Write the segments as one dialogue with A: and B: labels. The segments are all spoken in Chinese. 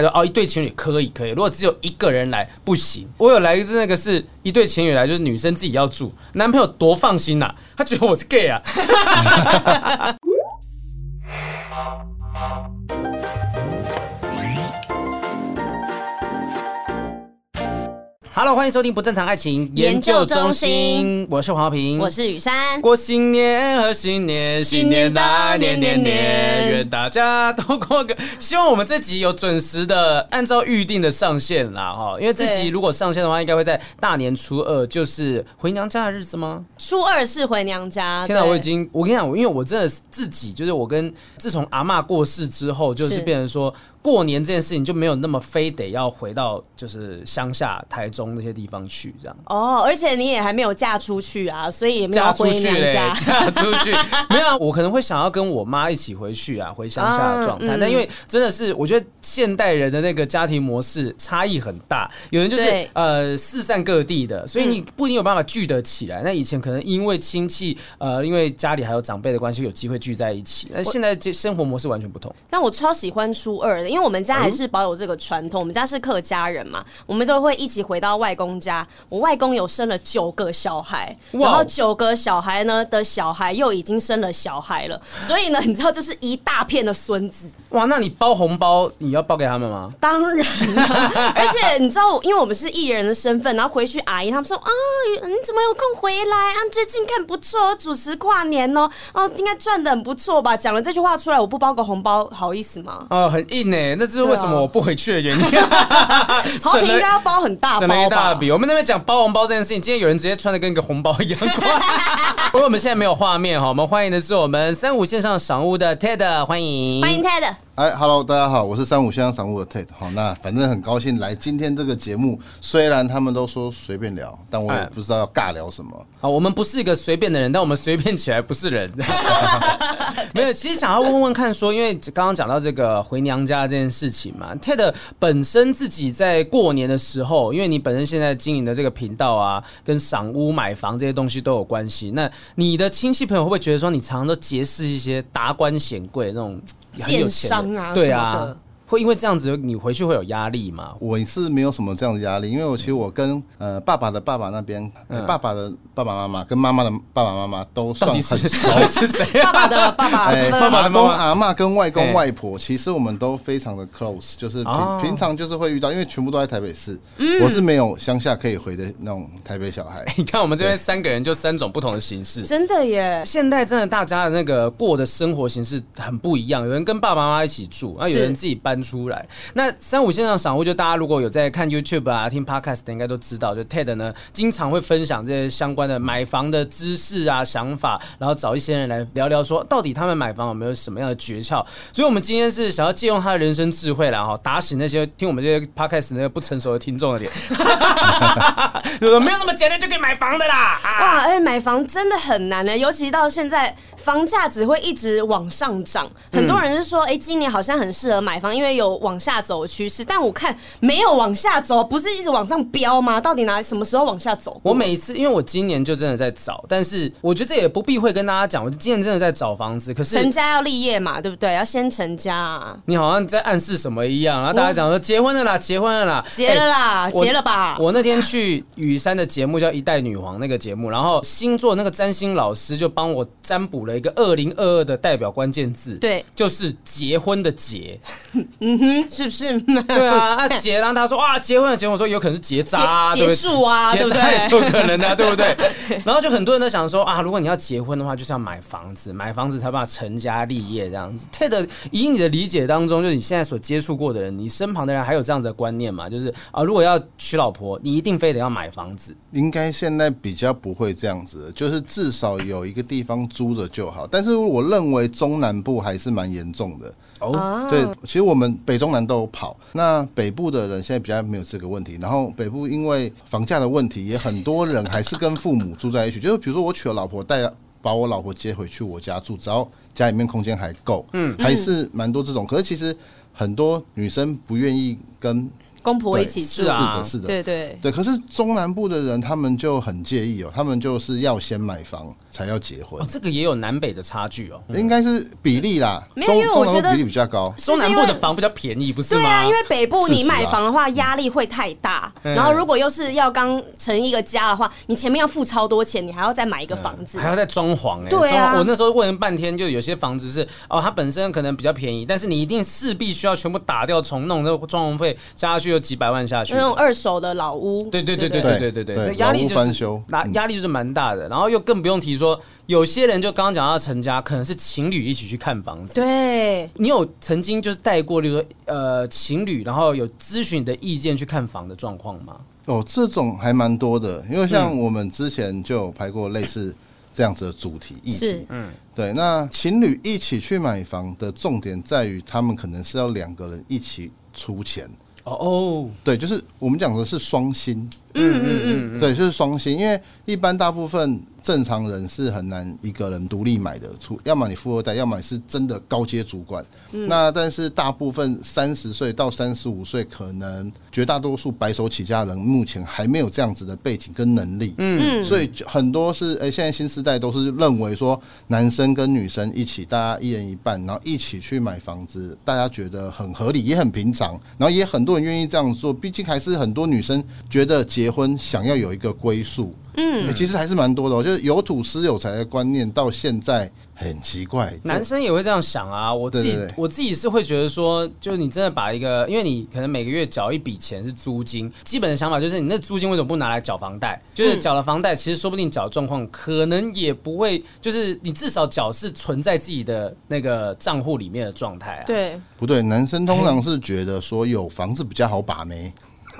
A: 说哦，一对情侣可以可以，如果只有一个人来不行。我有来一次那个是一对情侣来，就是女生自己要住，男朋友多放心呐、他觉得我是 gay 啊。Hello，欢迎收听不正常爱情研究中心，
B: 研究中
A: 我是黄浩平，
B: 我是雨珊。
A: 过新年和新年，新年大年年年，愿大家都过个。希望我们这集有准时的按照预定的上线啦，哈，因为这集
B: 对
A: 如果上线的话，应该会在大年初二，就是回娘家的日子吗？
B: 初二是回娘家。
A: 天哪，
B: 啊对
A: 我已经，我跟你讲，我因为我真的自己就是我跟自从阿嬷过世之后，就是
B: 是
A: 变成说过年这件事情就没有那么非得要回到就是乡下台中那些地方去这样。
B: 哦，而且你也还没有嫁出去啊，所以也没有
A: 嫁出
B: 回
A: 去
B: 娘
A: 嘞，
B: 家。
A: 嫁出去没有啊？我可能会想要跟我妈一起回去啊，回乡下的状态。
B: 啊嗯
A: 但因为真的是，我觉得现代人的那个家庭模式差异很大，有人就是
B: 对嗯
A: 呃四散各地的，所以你不一定有办法聚得起来。那以前可能因为亲戚呃，因为家里还有长辈的关系，有机会聚在一起。那现在这生活模式完全不同。
B: 但我超喜欢初二的，因为我们家还是保有这个传统，我们家是客家人嘛，我们都会一起回到外公家。我外公有生了九个小孩，
A: 哇哦
B: 然后九个小孩呢的小孩又已经生了小孩了，所以呢，你知道就是一大片的孙子。
A: 哇，那你包红包你要包给他们吗？
B: 当然啦、 而且你知道，因为我们是艺人的身份，然后回去阿姨他们说啊，你怎么有空回来啊？最近看不错，主持跨年哦，哦，应该赚的很不错吧？讲了这句话出来，我不包个红包，好意思 吗？
A: 哦，很硬哎、那这是为什么我不回去的原因。
B: 啊 好
A: 省
B: 评
A: 了
B: 应该要包很大包
A: 省了一大
B: 吧？
A: 笔。我们那边讲包红包这件事情，今天有人直接穿的跟一个红包一样。不过我们现在没有画面哈，我们欢迎的是我们三五线上赏屋的 TED，欢迎，
B: 欢迎 Ted，
C: 哎，Hello，大家好，我是三五先生赏物的 Ted。好，那反正很高兴来今天这个节目。虽然他们都说随便聊，但
A: 哎
C: 我也不知道要尬聊什么。
A: 好，我们不是一个随便的人，但我们随便起来不是人。 没有，其实想要问问看说，因为刚刚讲到这个回娘家这件事情嘛，TED 本身自己在过年的时候，因为你本身现在经营的这个频道啊，跟赏屋、买房这些东西都有关系。那你的亲戚朋友会不会觉得说，你常常都结识一些达官显贵那种很有钱的
B: 奸商啊
A: 对
B: 什么
A: 啊
B: 的，
A: 会因为这样子你回去会有压力吗？
C: 我是没有什么这样的压力，因为我其实我跟呃爸爸的爸爸那边、呃爸爸的爸爸妈妈跟妈妈的爸爸妈妈都算
A: 嗯到底
C: 很
A: 是
C: 熟。
A: 到底是谁
B: 爸
A: 啊？
B: 爸的爸爸，
C: 哎，
B: 爸爸
C: 阿
A: 的妈
C: 公
A: 妈
C: 阿嬷跟外
A: 哎
C: 公外婆，其实我们都非常的 close，就是平、
A: 哦嗯
C: 平常就是会遇到，因为全部都在台北市，我是没有乡下可以回的那种台北小孩。
A: 你看我们这边三个人就三种不同的形式。
B: 真的耶，
A: 现在真的大家的那个过的生活形式很不一样，有人跟爸爸妈妈一起住，那、
B: 是
A: 有人自己搬出来。那三五线上赏屋，就大家如果有在看 YouTube 啊、听 Podcast 的，应该都知道，就 TED 呢经常会分享这些相关的买房的知识啊、想法，然后找一些人来聊聊说，到底他们买房有没有什么样的诀窍。所以我们今天是想要借用他的人生智慧啦，哈，打醒那些听我们这些 Podcast 那个不成熟的听众的脸， 就说没有那么简单就可以买房的啦啊！
B: 哇，哎、买房真的很难呢，欸尤其到现在，房价只会一直往上涨。很多人是说，哎、今年好像很适合买房，因为有往下走的趋势。但我看没有往下走，不是一直往上飙吗？到底哪什么时候往下走过？
A: 我每一次，因为我今年就真的在找，但是我觉得这也不避讳跟大家讲，我今年真的在找房子，可是
B: 成家要立业嘛，对不对？要先成家、啊，
A: 你好像在暗示什么一样，然后大家讲说结婚了啦，结婚了啦，
B: 结了啦，
A: 哎我
B: 结了吧。
A: 我那天去雨山的节目叫《一代女皇》那个节目，然后星座那个占星老师就帮我占卜了一个二零二二的代表关键字，
B: 对，
A: 就是结婚的结。
B: 嗯哼，是不嗯是？
A: 对啊，那结，然后他说哇，结婚了，结婚，我说有可能是结扎、啊，
B: 结
A: 对不
B: 结
A: 对
B: 束啊，
A: 结
B: 对不
A: 扎也是
B: 对？
A: 有可 能的、啊对不对？然后就很多人都想说啊，如果你要结婚的话，就是要买房子，买房子才把成家立业这样子。Ted，以你的理解当中，就是你现在所接触过的人，你身旁的人还有这样子的观念嘛？就是啊，如果要娶老婆，你一定非得要买房子。
C: 应该现在比较不会这样子，就是至少有一个地方租着就好。但是我认为中南部还是蛮严重的。
A: 哦，
B: 啊
C: 对，其实我们北中南都有跑，那北部的人现在比较没有这个问题。然后北部因为房价的问题，也很多人还是跟父母住在一起。 就是比如说我娶了老婆，带把我老婆接回去我家住，只要家里面空间还够，嗯，还是蛮多这种。可是其实很多女生不愿意跟。
B: 公婆
C: 对
B: 一起
A: 是
B: 住，
A: 啊
C: 是的，是的，
B: 对对，
C: 对，可是中南部的人他们就很介意哦，他们就是要先买房才要结婚
A: 哦，，这个也有南北的差距哦。
C: 应该是比例啦，
B: 没
C: 中
B: 有因为
C: 中
B: 我
C: 南
B: 觉得
C: 部比例比较高。
B: 就是
A: 中南
B: 因
A: 部
B: 为
A: 的房比较便宜，不是
B: 对
A: 吗？
B: 啊，因为北部
C: 是
B: 你
C: 是啊
B: 买房的话压力会太大，
A: 嗯
B: 然后如果又是要刚成一个家的话，你前面要付超多钱，你还要再买一个房子
A: 还。要再装潢哎、欸，
B: 对啊
A: 装潢我那时候问了半天，就有些房子是哦，它本身可能比较便宜，但是你一定势必需要全部打掉重弄，那装潢费加下去有几百万下去
B: 那
A: 的。
B: 种二手的老屋，
A: 对对对对
C: 对
A: 对对对，
C: 对
A: 这压力就
C: 老屋
A: 是
C: 翻修
A: 压
C: 嗯
A: 压力就是蛮大的，然后又更不用提说，有些人就刚刚讲到成家，可能是情侣一起去看房子。
B: 对，
A: 你有曾经就是带过，例如说呃情侣，然后有咨询你的意见去看房的状况吗？
C: 哦，这种还蛮多的，因为像
A: 嗯
C: 我们之前就有拍过类似这样子的主题议
B: 是
C: 题。
A: 嗯
C: 对，那情侣一起去买房的重点在于，他们可能是要两个人一起出钱。
A: 哦哦，
C: 对，就是我们讲的是双薪，
B: 嗯嗯嗯，
C: 对，就是双薪，因为一般大部分正常人是很难一个人独立买的，出要么你富二代，要么你是真的高阶主管。
B: 嗯
C: 那但是大部分三十岁到三十五岁，可能绝大多数白手起家的人目前还没有这样子的背景跟能力。嗯，所以就很多是哎、现在新时代都是认为说男生跟女生一起，大家一人一半，然后一起去买房子，大家觉得很合理，也很平常，然后也很多人愿意这样做。毕竟还是很多女生觉得结婚想要有一个归宿，嗯、其实还是蛮多的、哦，就是有土司有财的观念到现在很奇怪。这
A: 男生也会这样想啊，我自己
C: 对对对
A: 我自己是会觉得说，就是你真的把一个，因为你可能每个月缴一笔钱是租金，基本的想法就是你那租金为什么不拿来缴房贷？就是
B: 嗯
A: 缴了房贷，其实说不定缴的状况可能也不会，就是你至少缴是存在自己的那个账户里面的状态啊。
B: 对，
C: 不对，男生通常是觉得说有房子比较好把妹，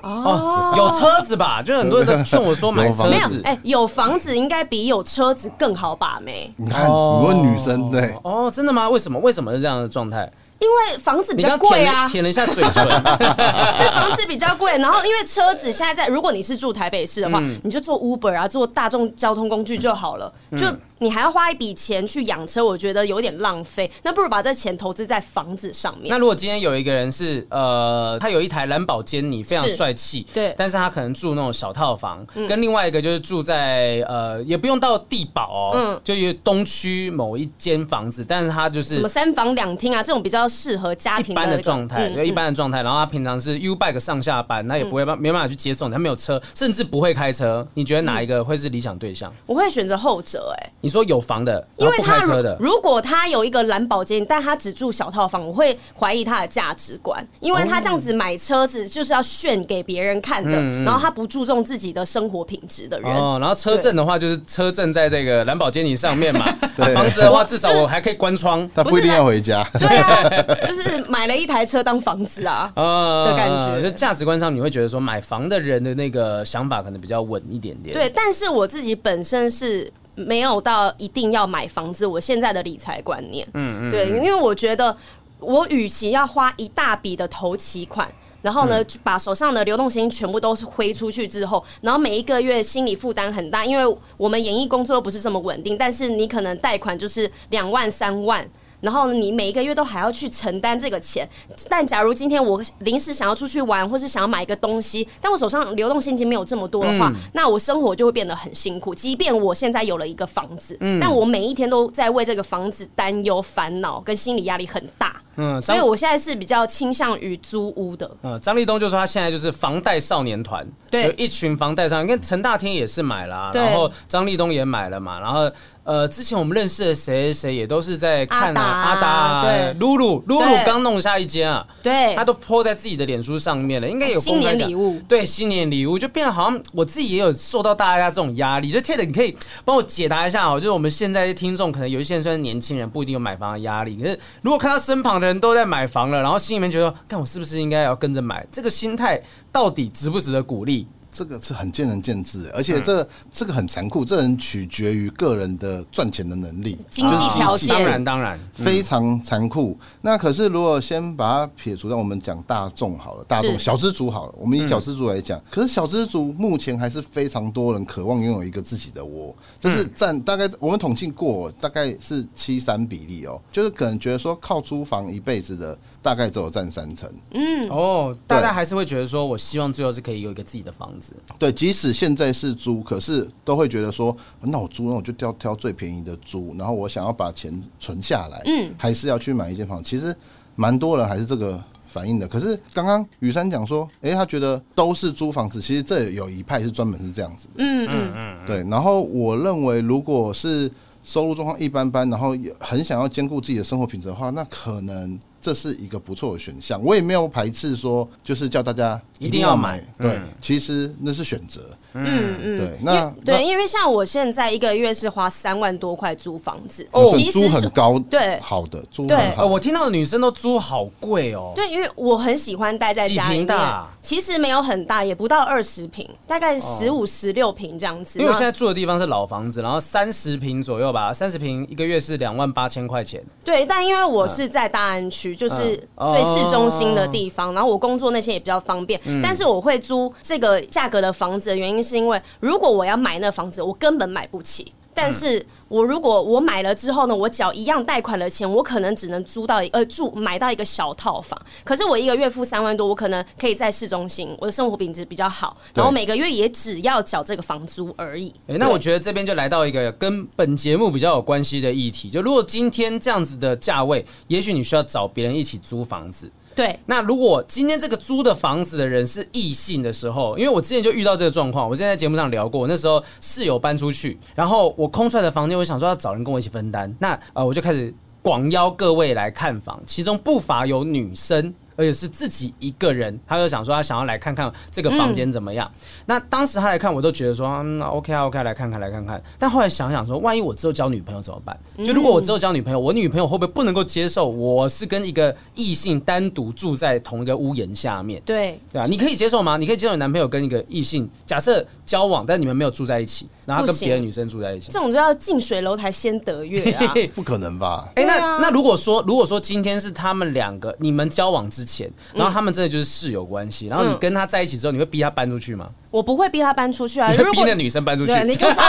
A: 哦，有车子吧？就很多人都劝我说买
C: 有
A: 车
C: 房
B: 没有
A: 子，，
B: 哎，有房子应该比有车子更好把妹，
C: 你看，你问女生对。
A: 哦，真的吗？为什么？为什么是这样的状态？
B: 因为房子比
A: 你
B: 较
A: 刚
B: 贵
A: 舔
B: 啊
A: 了，舔了一下嘴唇，
B: 因为房子比较贵，然后因为车子现在在，如果你是住台北市的话，
A: 嗯
B: 你就坐 Uber 啊，坐大众交通工具就好了。就你还要花一笔钱去养车，我觉得有点浪费。那不如把这钱投资在房子上面
A: 那。如果今天有一个人是呃，他有一台兰宝坚尼，非常
B: 是
A: 帅气，
B: 对嗯
A: 但是他可能住那种小套房，跟另外一个就是住在呃，也不用到地堡、哦，嗯
B: 嗯，
A: 就有东区某一间房子，但是他就
B: 什
A: 是
B: 么。三房两厅啊，这种比较适合家
A: 一
B: 庭
A: 般
B: 那
A: 的
B: 个
A: 状态，
B: 嗯
A: 就一般的状态。然后他平常是 U bike 上下班，那也不会办没办法去接送，他没有车，甚至不会开车。你觉得哪一个会是理想对象？
B: 我会选择后者、哎，
A: 你说有房的，
B: 嗯因
A: 然
B: 为
A: 后不
B: 他
A: 开车
B: 如
A: 的，
B: 如果他有一个蓝宝坚尼，但他只住小套房，我会怀疑他的价值观，因为他这样子买车子就是要炫给别人看的，然后他不注重自己的生活品质的人。
A: 嗯哦，然后车
B: 对
A: 震的话就是车震在这个兰宝坚尼上面嘛。啊
C: 对
A: 房子的话，至少
B: 就是
A: 我还可以关窗。
C: 他
B: 不
C: 不
B: 是
C: 一定要回家，
B: 对啊，就是买了一台车当房子 啊。
A: 啊
B: 的感觉
A: 就价值观上你会觉得说买房的人的那个想法可能比较稳一点点。，
B: 对，但是我自己本身是没有到一定要买房子，我现在的理财观念，嗯嗯，对，因为我觉得我与其要花一大笔的头期款。然后呢，把手上的流动现金全部都是挥出去之后，然后每一个月心理负担很大，因为我们演艺工作又不是这么稳定，但是你可能贷款就是两万三万，然后你每一个月都还要去承担这个钱。但假如今天我临时想要出去玩，或是想要买一个东西，但我手上流动现金没有这么多的话，那我生活就会变得很辛苦。即便我现在有了一个房子，但我每一天都在为这个房子担忧、烦恼，跟心理压力很大。
A: 嗯，
B: 所以
A: 张
B: 我现在是比较倾向于租屋的。
A: 嗯张立东就说他现在就是房贷少年团，
B: 对
A: 有一群房贷少年，你看陈大天也是买了、啊，
B: 对
A: 然后张立东也买了嘛，然后。呃，之前我们认识的谁谁谁也都是在看啊，
B: 阿达啊
A: 阿达、
B: 对
A: 露露、露露
B: 对
A: 刚弄下一间啊，
B: 对
A: 他，都 po 在自己的脸书上面了，应该有
B: 哦新
A: 公
B: 年
A: 开讲
B: 礼物
A: 对，新年礼物就变得好像我自己也有受到大家这种压力。就 Ted，你可以帮我解答一下哦，就是我们现在的听众可能有一些人虽然年轻人不一定有买房的压力，可是如果看到身旁的人都在买房了，然后心里面觉得，看我是不是应该要跟着买？这个心态到底值不值得鼓励？
C: 这个是很见仁见智，而
B: 嗯
C: 且这个这个很残酷，这很取决于个人的赚钱的能力。
B: 经济条件
A: 当然当然，
C: 非常残酷。那可是如果先把它撇除掉，我们讲大众好了，大众
B: 是
C: 小资族好了，我们以小资族来讲，
B: 嗯
C: 可是小资族目前还是非常多人渴望拥有一个自己的窝，这
B: 嗯
C: 是占大概我们统计过，大概是七三比例哦，就是可能觉得说靠租房一辈子的大概只有占三成。
B: 嗯
A: 哦，大家还是会觉得说，我希望最后是可以有一个自己的房子。
C: 对，即使现在是租，可是都会觉得说，那我租，那我就挑挑最便宜的租，然后我想要把钱存下来，嗯，还是要去买一间房。其实蛮多人还是这个反应的。可是刚刚雨山讲说，诶、他觉得都是租房子，其实这有一派是专门是这样子的，
B: 嗯嗯，
C: 对。然后我认为，如果是收入状况一般般，然后也很想要兼顾自己的生活品质的话，那可能。这是一个不错的选项，我也没有排斥说，就是叫大家
A: 一定要买
C: 对，
A: 嗯
C: 其实那是选择。
B: 嗯嗯，
C: 对，
B: 因为
C: 那
B: 对，因为像我现在一个月是花三万多块租房子，
C: 那很
B: 其
C: 哦租
B: 实
C: 很
B: 是
C: 高，
B: 对
C: 好的租
B: 对
C: 很
A: 呃，
C: 好，
A: 我听到的女生都租好贵哦。
B: 对，因为我很喜欢待在家
A: 几
B: 里
A: 平
B: 面，
A: 大啊
B: 其实没有很大，也不到二十平，大概十五、十六平这样
A: 哦
B: 子。
A: 因为我
B: 那
A: 现在住的地方是老房子，然后三十平左右吧，三十平一个月是两万八千块钱。
B: 对，但因为我是在大安区，就是
A: 嗯
B: 最市中心的地方，然后我工作那些也比较方便。但是我会租这个价格的房子的原因，是因为如果我要买那房子，我根本买不起。但是我如果我买了之后呢，我缴一样贷款的钱，我可能只能租到一呃住买到一个小套房。可是我一个月付三万多，我可能可以在市中心，我的生活品质比较好，然后
C: 对
B: 每个月也只要缴这个房租而已。
A: 诶，那我觉得这边就来到一个跟本节目比较有关系的议题，就如果今天这样子的价位，也许你需要找别人一起租房子。
B: 对，
A: 那如果今天这个租的房子的人是异性的时候，因为我之前就遇到这个状况，我之前在节目上聊过，那时候室友搬出去，然后我空出来的房间，我想说要找人跟我一起分担，那呃我就开始广邀各位来看房，其中不乏有女生。而且是自己一个人，他就想说他想要来看看这个房间怎么样。那当时他来看，我都觉得说，嗯，OK 啊，OK，啊来看看，来看看。但后来想想说，万一我之后交女朋友怎么办？
B: 嗯
A: 就如果我之后交女朋友，我女朋友会不会不能够接受我是跟一个异性单独住在同一个屋檐下面？
B: 对，
A: 对啊，你可以接受吗？你可以接受你男朋友跟一个异性假设交往，但你们没有住在一起，然后他跟
B: 不行
A: 别的女生住在一起
B: 这。种就要近水楼台先得月 啊。
C: 不可能吧？
A: 哎、
B: 对啊
A: 那那如果说如果说今天是他们两个你们交往之前，然后他们真的就是室友关系，然后你
B: 嗯
A: 跟他在一起之后，你会逼他搬出去吗？
B: 我不会逼他搬出去啊。
A: 你
B: 如
A: 会
B: 果
A: 逼那女生搬出去？
B: 对，你给 我吵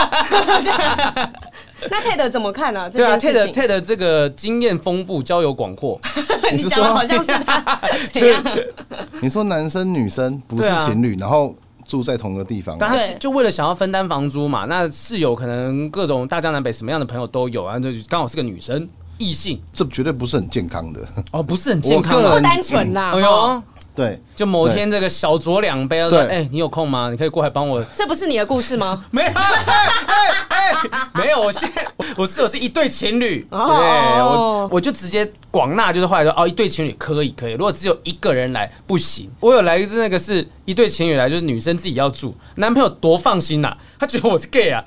B: 那 Ted 怎么看呢、
A: 对啊
B: 这件事
A: ，Ted
B: 情
A: Ted 这个经验丰富，交友广阔，
C: 你
B: 你
C: 是
B: 讲的
C: 说
B: 好像是 他 怎样？
C: 你说男生女生不
A: 对
C: 是
A: 啊
C: 情侣，然后住在同一个地方，
A: 但他
B: 对
A: 就为了想要分担房租嘛，那室友可能各种大江南北什么样的朋友都有，然后就刚好是个女生，异性
C: 这绝对不是很健康的。
A: 哦，不是很健康
C: 我个
A: 啊
B: 不
C: 人。
B: 单纯啦，
A: 哎
B: 哦
A: 呦，
C: 对，
A: 就某天这个小酌两杯，他说：“
C: 对
A: 哎、你有空吗？你可以过来帮我。
B: 这不是你的故事吗”？
A: 没有，哎哎哎，没有。我现在我室友是一对情侣，
B: 哦
A: 对我我就直接广纳，就是后来说哦，一对情侣可以可以。如果只有一个人来不行，我有来一次那个是一对情侣来，就是女生自己要住，男朋友多放心呐、他觉得我是 gay 啊。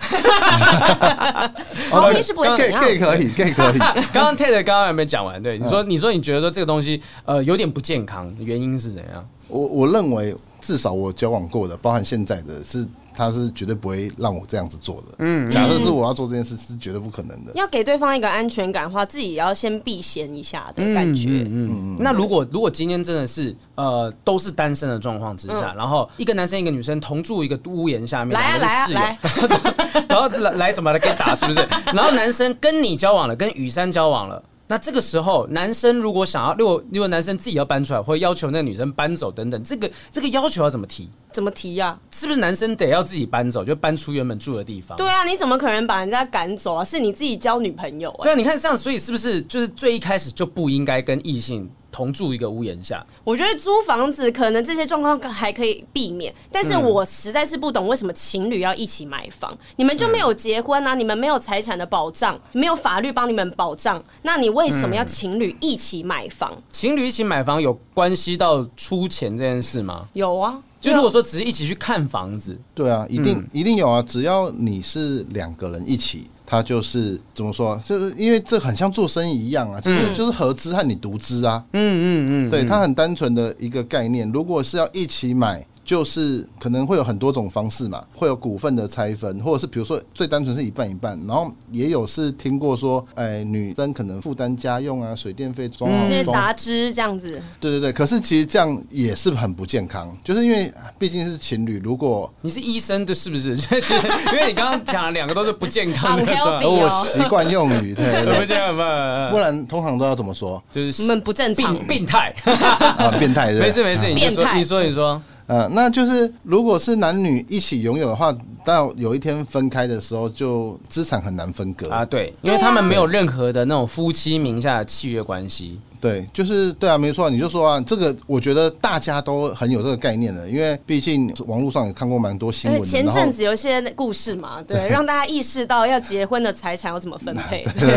B: 哦，平时不会怎
C: gay
B: 样。
C: gay 可以，gay 可以。
A: 刚刚 Ted 刚刚还没讲完，对你说，你说你觉得说这个东西呃有点不健康，原因是怎样？
C: 我我认为至少我交往过的，包含现在的是，他是绝对不会让我这样子做的。嗯，假设是我要做这件事，是绝对不可能的。
B: 要给对方一个安全感的话，自己也要先避嫌一下的感觉。
A: 嗯，那如果如果今天真的是呃都是单身的状况之下，然后一个男生一个女生同住一个屋檐下面，
B: 嗯来
A: 两
B: 啊
A: 个人是
B: 来啊
A: 室友， 然后来来什么来给打是不 是？然后男生跟你交往了，跟雨山交往了。那这个时候，男生如果想要，如果如果男生自己要搬出来，或者要求那个女生搬走等等，这个这个要求要怎么提？
B: 怎么提啊呀、
A: 是不是男生得要自己搬走，就搬出原本住的地方？
B: 对啊，你怎么可能把人家赶走啊？是你自己交女朋友啊？
A: 对啊，你看这样，所以是不是就是最一开始就不应该跟异性同住一个屋檐下？
B: 我觉得租房子可能这些状况还可以避免，但是我实在是不懂为什么情侣要一起买房，你们就没有结婚啊，你们没有财产的保障，没有法律帮你们保障，那你为什么要情侣一起买房？
A: 情侣一起买房有关系到出钱这件事吗？
B: 有啊，
A: 就如果说只是一起去看房子，
C: 对啊，一定、一定有啊！只要你是两个人一起，他就是怎么说啊？就是因为这很像做生意一样啊，就是、就是合资和你独资啊。嗯嗯嗯，对，它很单纯的一个概念。如果是要一起买，就是可能会有很多种方式嘛，会有股份的拆分，或者是比如说最单纯是一半一半，然后也有是听过说，哎、女生可能负担家用啊、水电费、装
B: 这些
C: 潢、装
B: 杂支这样子，
C: 对对对，可是其实这样也是很不健康，就是因为毕竟是情侣，如果
A: 你是医生对是不是？ 就是因为你刚刚讲的两个都是不健康的
B: Unhealthy
A: 状态
B: 哎，呦
C: 我习惯用 语，对对
A: 对不
C: 对，
A: 这样吧？
C: 不然通常都要怎么说
A: 就
B: 你
A: 是
B: 们不正常
A: 病。病态，
C: 啊？变态，对不对
A: 没事没事，你就
B: 变
A: 说
B: 态
A: 你说你说，
C: 呃，那就是如果是男女一起拥有的话，到有一天分开的时候，就资产很难分割
A: 啊，对，因为他们没有任何的那种夫妻名下的契约关系，
C: 对，就是对啊，没错啊，你就说啊，这个我觉得大家都很有这个概念的，因为毕竟网络上也看过蛮多新
B: 而
C: 闻
B: 且
A: 哎
B: 前
C: 的，然后
B: 阵子有一些故事嘛，对，让大家意识到要结婚的财产要怎么分配。
C: 对对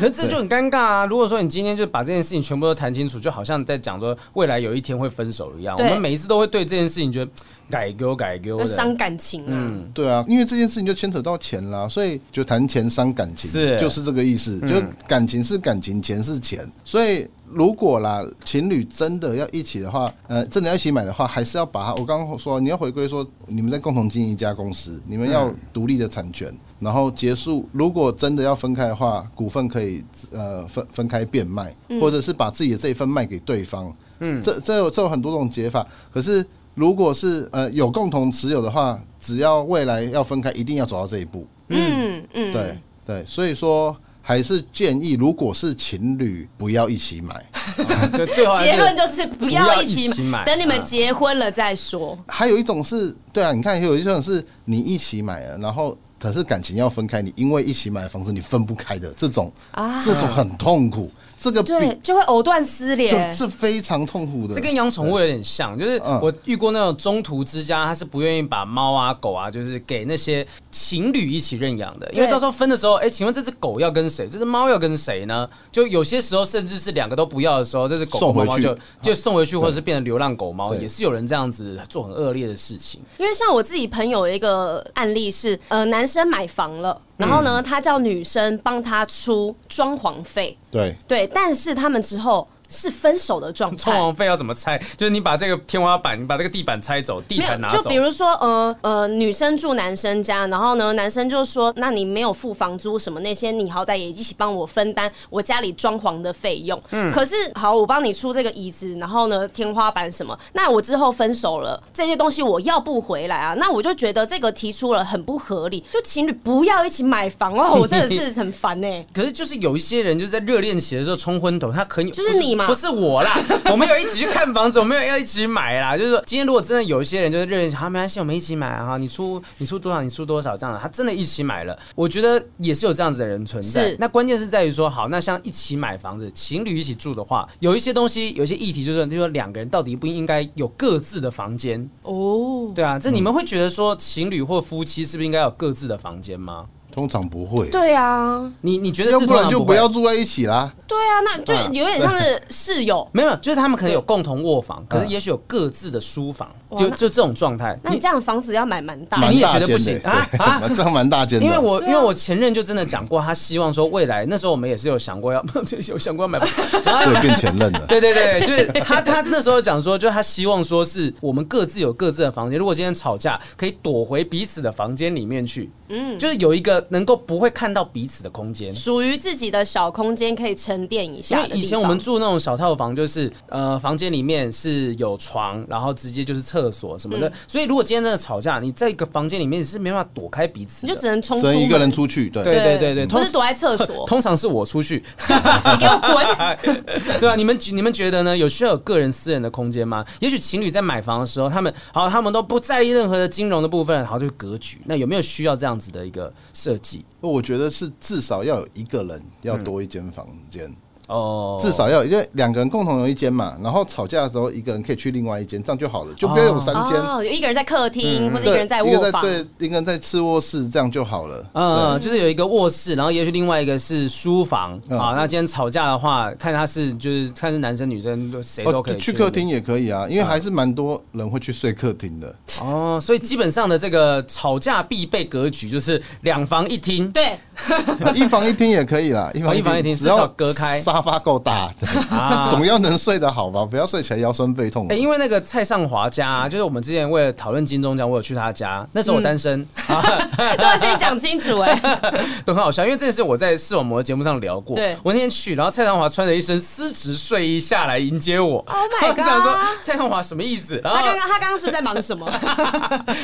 A: 可是这就很尴尬啊！如果说你今天就把这件事情全部都谈清楚，就好像在讲说未来有一天会分手一样，我
B: 对
A: 们每一次都会对这件事情觉得改丢改丢
B: 要伤
A: 的。
B: 感情啊！
C: 对啊，因为这件事情就牵扯到钱啦，所以就谈钱伤感情，
A: 是啊
C: 就是这个意思。就感情是感情，钱是钱，所以如果啦，情侣真的要一起的话，呃，真的要一起买的话，还是要把它。我刚刚说，你要回归说，你们在共同经营一家公司，你们要独立的产权，然后结束。如果真的要分开的话，股份可以呃分分开变卖，或者是把自己的这一份卖给对方。嗯，这这有这有很多种解法，可是。如果是呃有共同持有的话，只要未来要分开，一定要走到这一步。
B: 嗯嗯，
C: 对对，所以说还是建议，如果是情侣，不要一起买。
A: 所以最后还是
B: 结论就是不
A: 不
B: 要
A: 要
B: 一起
A: 一起买
B: 等你们结婚了再说。
C: 还有一种是，对啊，你看有一种是你一起买了，然后可是感情要分开，你因为一起买的房子你分不开的这种，
B: 啊
C: 这种很痛苦，这个比
B: 对，就会藕断丝
C: 对
B: 连。
C: 是非常痛苦的。
A: 这跟养宠物有点像，就是
C: 嗯
A: 我遇过那种中途之家，他是不愿意把猫啊、狗啊，就是给那些情侣一起认养的，因为
B: 对
A: 到时候分的时候，哎、请问这只狗要跟谁？这只猫要跟谁呢？就有些时候甚至是两个都不要的时候，这只狗
C: 送
A: 跟
C: 回
A: 猫猫
C: 去嗯
A: 就就送回去，或者是变成流浪狗猫，
C: 对
A: 也是有人这样子做很恶劣的事情。
B: 因为像我自己朋友有一个案例是，呃，男生买房了，
C: 嗯
B: 然后呢，他叫女生帮他出装潢费，
C: 对
B: 对，但是他们之后是分手的状
C: 哦
A: 装
B: 态。
A: 潢费要怎么拆？就是你把这个天花板，你把这个地板拆走，地
B: 没有
A: 毯拿，
B: 就
A: 走
B: 比。如说，呃呃，女生住男生家，然后呢，男生就说：“那你没有付房租什么那些，你好歹也一起帮我分担我家里装潢的费用。”
A: 嗯
B: 可是好，我帮你出这个椅子，然后呢，天花板什么，那我之后分手了，这些东西我要不回来啊，那我就觉得这个提出了很不合理，就情侣不要一起买房 哦，我真的是很烦欸呢、
A: 可是就是有一些人就是在热恋期的时候冲昏头，他可以
B: 就是
A: 不
B: 你嘛
A: 不是我 啦，我们有一起去看房子，我们有要一起买啦。就是说，今天如果真的有一些人就是热恋期，好、啊，没关系，我们一起买啊，你出你出多少，你出多少这样的，他真的一起买了，我觉得也是有这样子的人存在
B: 是。
A: 那关键是在于说，好，那像一起买房子，情侣一起住的话，有一些东西，有一些议题就是，就是说两个人到底不应该有各自的房间，
B: 哦，
A: 对啊，这你们会觉得说情侣或夫妻是不是应该有各自的房间吗？
C: 通常不会，
B: 对啊，
A: 你你觉得是
C: 要不
A: 通
C: 然
A: 常
C: 就
A: 不
C: 不
A: 会
C: 要住在一起啦。
B: 对啊，那就
A: 嗯
B: 有点像是室友。
A: 没有，就是他们可能有共同卧房，可是也许有各自的书房，
B: 哇
A: 就
B: 那
A: 就这种状态。
B: 那你这样房子要买蛮大的
A: 你
C: 蛮
A: 也
C: 大
A: 觉得不
C: 间的
A: 行啊
C: 对
A: 啊
C: 这样蛮大间的。
A: 因为我、
B: 对啊
A: 因为我前任就真的讲过，他希望说未来那时候我们也是有想过要 有想过要买房，
C: 所以变前任了。
A: 啊 对对对，就是他他那时候讲说，就他希望说是我们各自有各自的房间，如果今天吵架可以躲回彼此的房间里面去，嗯，就是有一个能够不会看到彼此的空间。
B: 属于自己的小空间，可以沉淀一
A: 因
B: 下
A: 为
B: 的地方。
A: 以前我们住那种小套房，就是呃，房间里面是有床，然后直接就是厕所什么
B: 嗯
A: 的。所以如果今天真的吵架，你在一个房间里面你是没办法躲开彼此
B: 你
A: 的。
B: 就只能冲
C: 只
B: 出
C: 能
B: 门
C: 一个人出去，对，
A: 对对对对
B: 不
A: 通
B: 是躲在厕
A: 通
B: 所，
A: 通常是我出 去，
B: 你给我 滚！
A: 对啊，你们你们觉得呢？有需要有个人私人的空间吗？也许情侣在买房的时候，他们好，他们都不在意任何的金融的部分，好，就是格局。那有没有需要这样子的一个设计？
C: 我觉得是至少要有一个人要多一间房间，
A: 哦，
C: 至少要有因为两个人共同有一间嘛，然后吵架的时候一个人可以去另外一间，这样就好了，就不要有三间。
B: 哦，有一个人在客
A: 嗯
B: 厅，或者一
C: 对，
B: 个人在卧房，
C: 对，一个人在次卧室，这样就好了。哦
A: 嗯，就是有一个卧室，然后也许另外一个是书房、
C: 嗯
A: 啊。那今天吵架的话，看他是就是看是男生女生都谁
C: 对，
A: 都
C: 哦
A: 可，以、
C: 去客厅。也可以啊，因为还是蛮多人会去睡客 厅的。
A: 哦，所以基本上的这个吵架必备格局就是两房一厅。
B: 对，
C: 啊一房一厅也可以啦，一
A: 哦
C: 房
A: 一房一厅
C: 只
A: 至少
C: 要
A: 隔开
C: 沙沙发够大，对
A: 啊
C: 总要能睡得好吧？不要睡起来腰酸背痛
A: 哎、。因为那个蔡尚华家、就是我们之前为了讨论金钟奖，我有去他家，那时候我单身、
C: 嗯
A: 啊，
B: 都要先讲清楚 哎、
A: 都很好笑。因为这件事我在视网膜的节目上聊过，
B: 对
A: 我那天去，然后蔡尚华穿着一身丝质睡衣下来迎接我
B: Oh
A: 然
B: my
A: 后我就想说
B: god
A: 蔡尚华什么意思？然
B: 他
A: 后
B: 刚刚他刚刚是不是在忙 什么？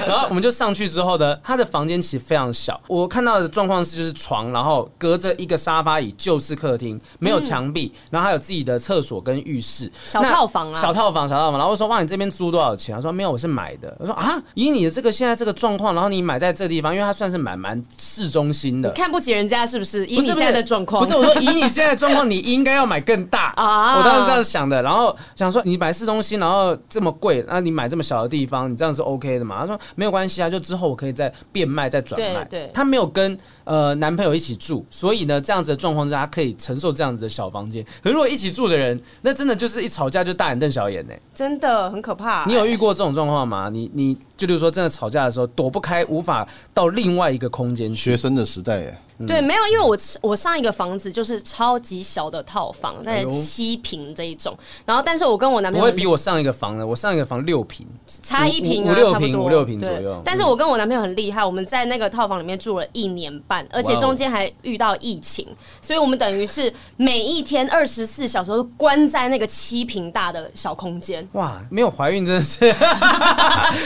A: 然后我们就上去之后呢，他的房间其实非常小，我看到的状况是就是床，然后隔着一个沙发椅就是客厅，没有墙壁，然后还有自己的厕所跟浴室，
B: 嗯小
A: 那
B: 套房啊
A: 小套房，小套房。然后我说哇，你这边租多少钱？他说没有，我是买的。我说啊，以你的这个现在这个状况，然后你买在这地方，因为它算是蛮蛮市中心的。
B: 看不起人家是不是？以
A: 不
B: 你
A: 是
B: 现
A: 不
B: 在
A: 是
B: 的状况，
A: 不是我说以你现在的 状况，你应该要买更大
B: 啊
A: 啊！我当时这样想的，然后想说你买市中心，然后这么贵，那你买这么小的地方，你这样是 OK 的嘛？他说没有关系啊，就之后我可以再变卖再转卖。
B: 对对
A: 他没有跟呃男朋友一起住，所以呢这样子的状况下，他可以承受这样子的小房间。可是如果一起住的人，那真的就是一吵架就大眼瞪小眼呢、
B: 真的很可怕、
A: 你有遇过这种状况吗？你你就比如说真的吵架的时候躲不开，无法到另外一个空间去。
C: 学生的时代，哎
B: 对，
A: 嗯
B: 没有，因为我我上一个房子就是超级小的套房，
A: 哎
B: 在
A: 呦
B: 七平这一种，然后但是我跟我男
A: 不
B: 朋
A: 会
B: 友
A: 比我上一个房的，我上一个房六平。
B: 差一平啊，
A: 五五六
B: 差不
A: 平
B: 多
A: 五六平
B: 对
A: 左右嗯
B: 但是我跟我男朋友很厉害，我们在那个套房里面住了一年半，而且
A: 哇哦
B: 中间还遇到疫情，所以我们等于是每一天二十四小时都关在那个七平大的小空间，
A: 哇，没有怀孕真的是，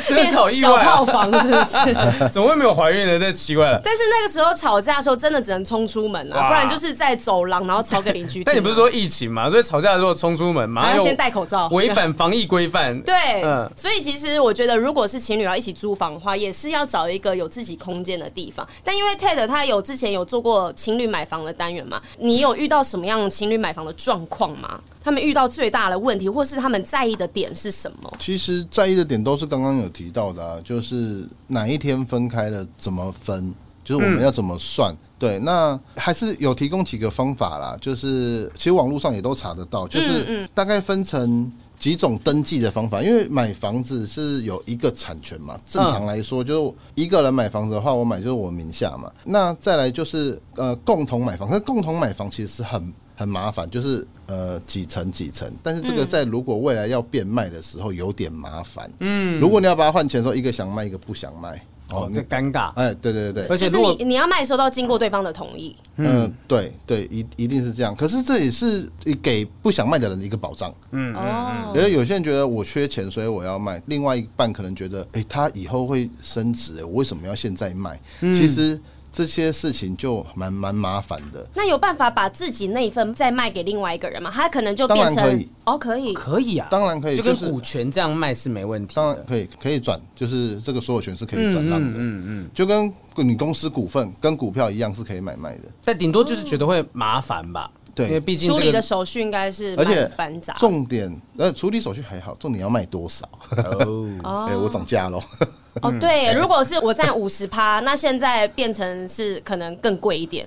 A: 真的
B: 变
A: 是好意
B: 小
A: 外、
B: 套
A: 啊，
B: 房是不是？
A: 怎么会没有怀孕呢？这奇怪了。
B: 但是那个时候吵架的时候，真的只能冲出门啊，
A: 哇
B: 不然就是在走廊，然后吵给邻居听啊。
A: 但你不是说哎疫情嘛，所以吵架的时候冲出门，马
B: 还
A: 上
B: 要
A: 又
B: 啊先戴口罩？
A: 违反防疫规范。
B: 对，啊
A: 嗯
B: 所以其实我觉得，如果是情侣要一起租房的话，也是要找一个有自己空间的地方。但因为 Ted 他有之前有做过情侣买房的单元嘛，你有遇到什么样的情侣买房的状况吗？他们遇到最大的问题，或是他们在意的点是什么？
C: 其实在意的点都是刚刚有提到的、啊，就是哪一天分开了，怎么分，就是我们要怎么算。对，那还是有提供几个方法啦，就是其实网络上也都查得到，就是大概分成几种登记的方法，因为买房子是有一个产权嘛，正常来说就是一个人买房子的话，我买就是我名下嘛。那再来就是呃共同买房，那共同买房其实是很很麻烦，就是呃几层几层，但是这个在如果未来要变卖的时候有点麻烦。嗯，如果你要把它换钱的时候，一个想卖，一个不想卖。
A: 哦，
C: 你
A: 这尴尬。
C: 哎，对对对对，
A: 而
B: 就
A: 且
B: 是
A: 如果
B: 你你要卖的时候都要经过对方的同意，
C: 嗯，对对，一一定是这样。可是这也是给不想卖的人一个保障。
A: 嗯
B: 哦，
C: 因为有些人觉得我缺钱，所以我要卖；另外一半可能觉得，哎、他以后会升值、诶哎我为什么要现在卖？其实这些事情就蛮蛮麻烦的。
B: 那有办法把自己那一份再卖给另外一个人吗？他可能就
C: 当
B: 变
C: 然
B: 成
C: 可以
B: 哦，可以，
A: 可以啊，
C: 当然可以
A: 就跟
C: 就是
A: 股权这样卖是没问题
C: 当然
A: 的。
C: 可以，可以转，就是这个所有权是可以转让的。嗯嗯，就跟你公司股份跟股票一样是可以买卖的。
A: 但顶多就是觉得会麻烦吧。
C: 对
A: 因为毕竟
B: 处理
A: 这
B: 的
A: 个
B: 手续应该是
C: 而且
B: 蛮繁杂的。
C: 重点，呃，处理手续还好，重点要卖 多少？
A: 哦
C: 哎、我涨价喽。
B: 哦，对，
A: 嗯
B: 如果是我占五十趴， 那现在变成是可能更贵一 点，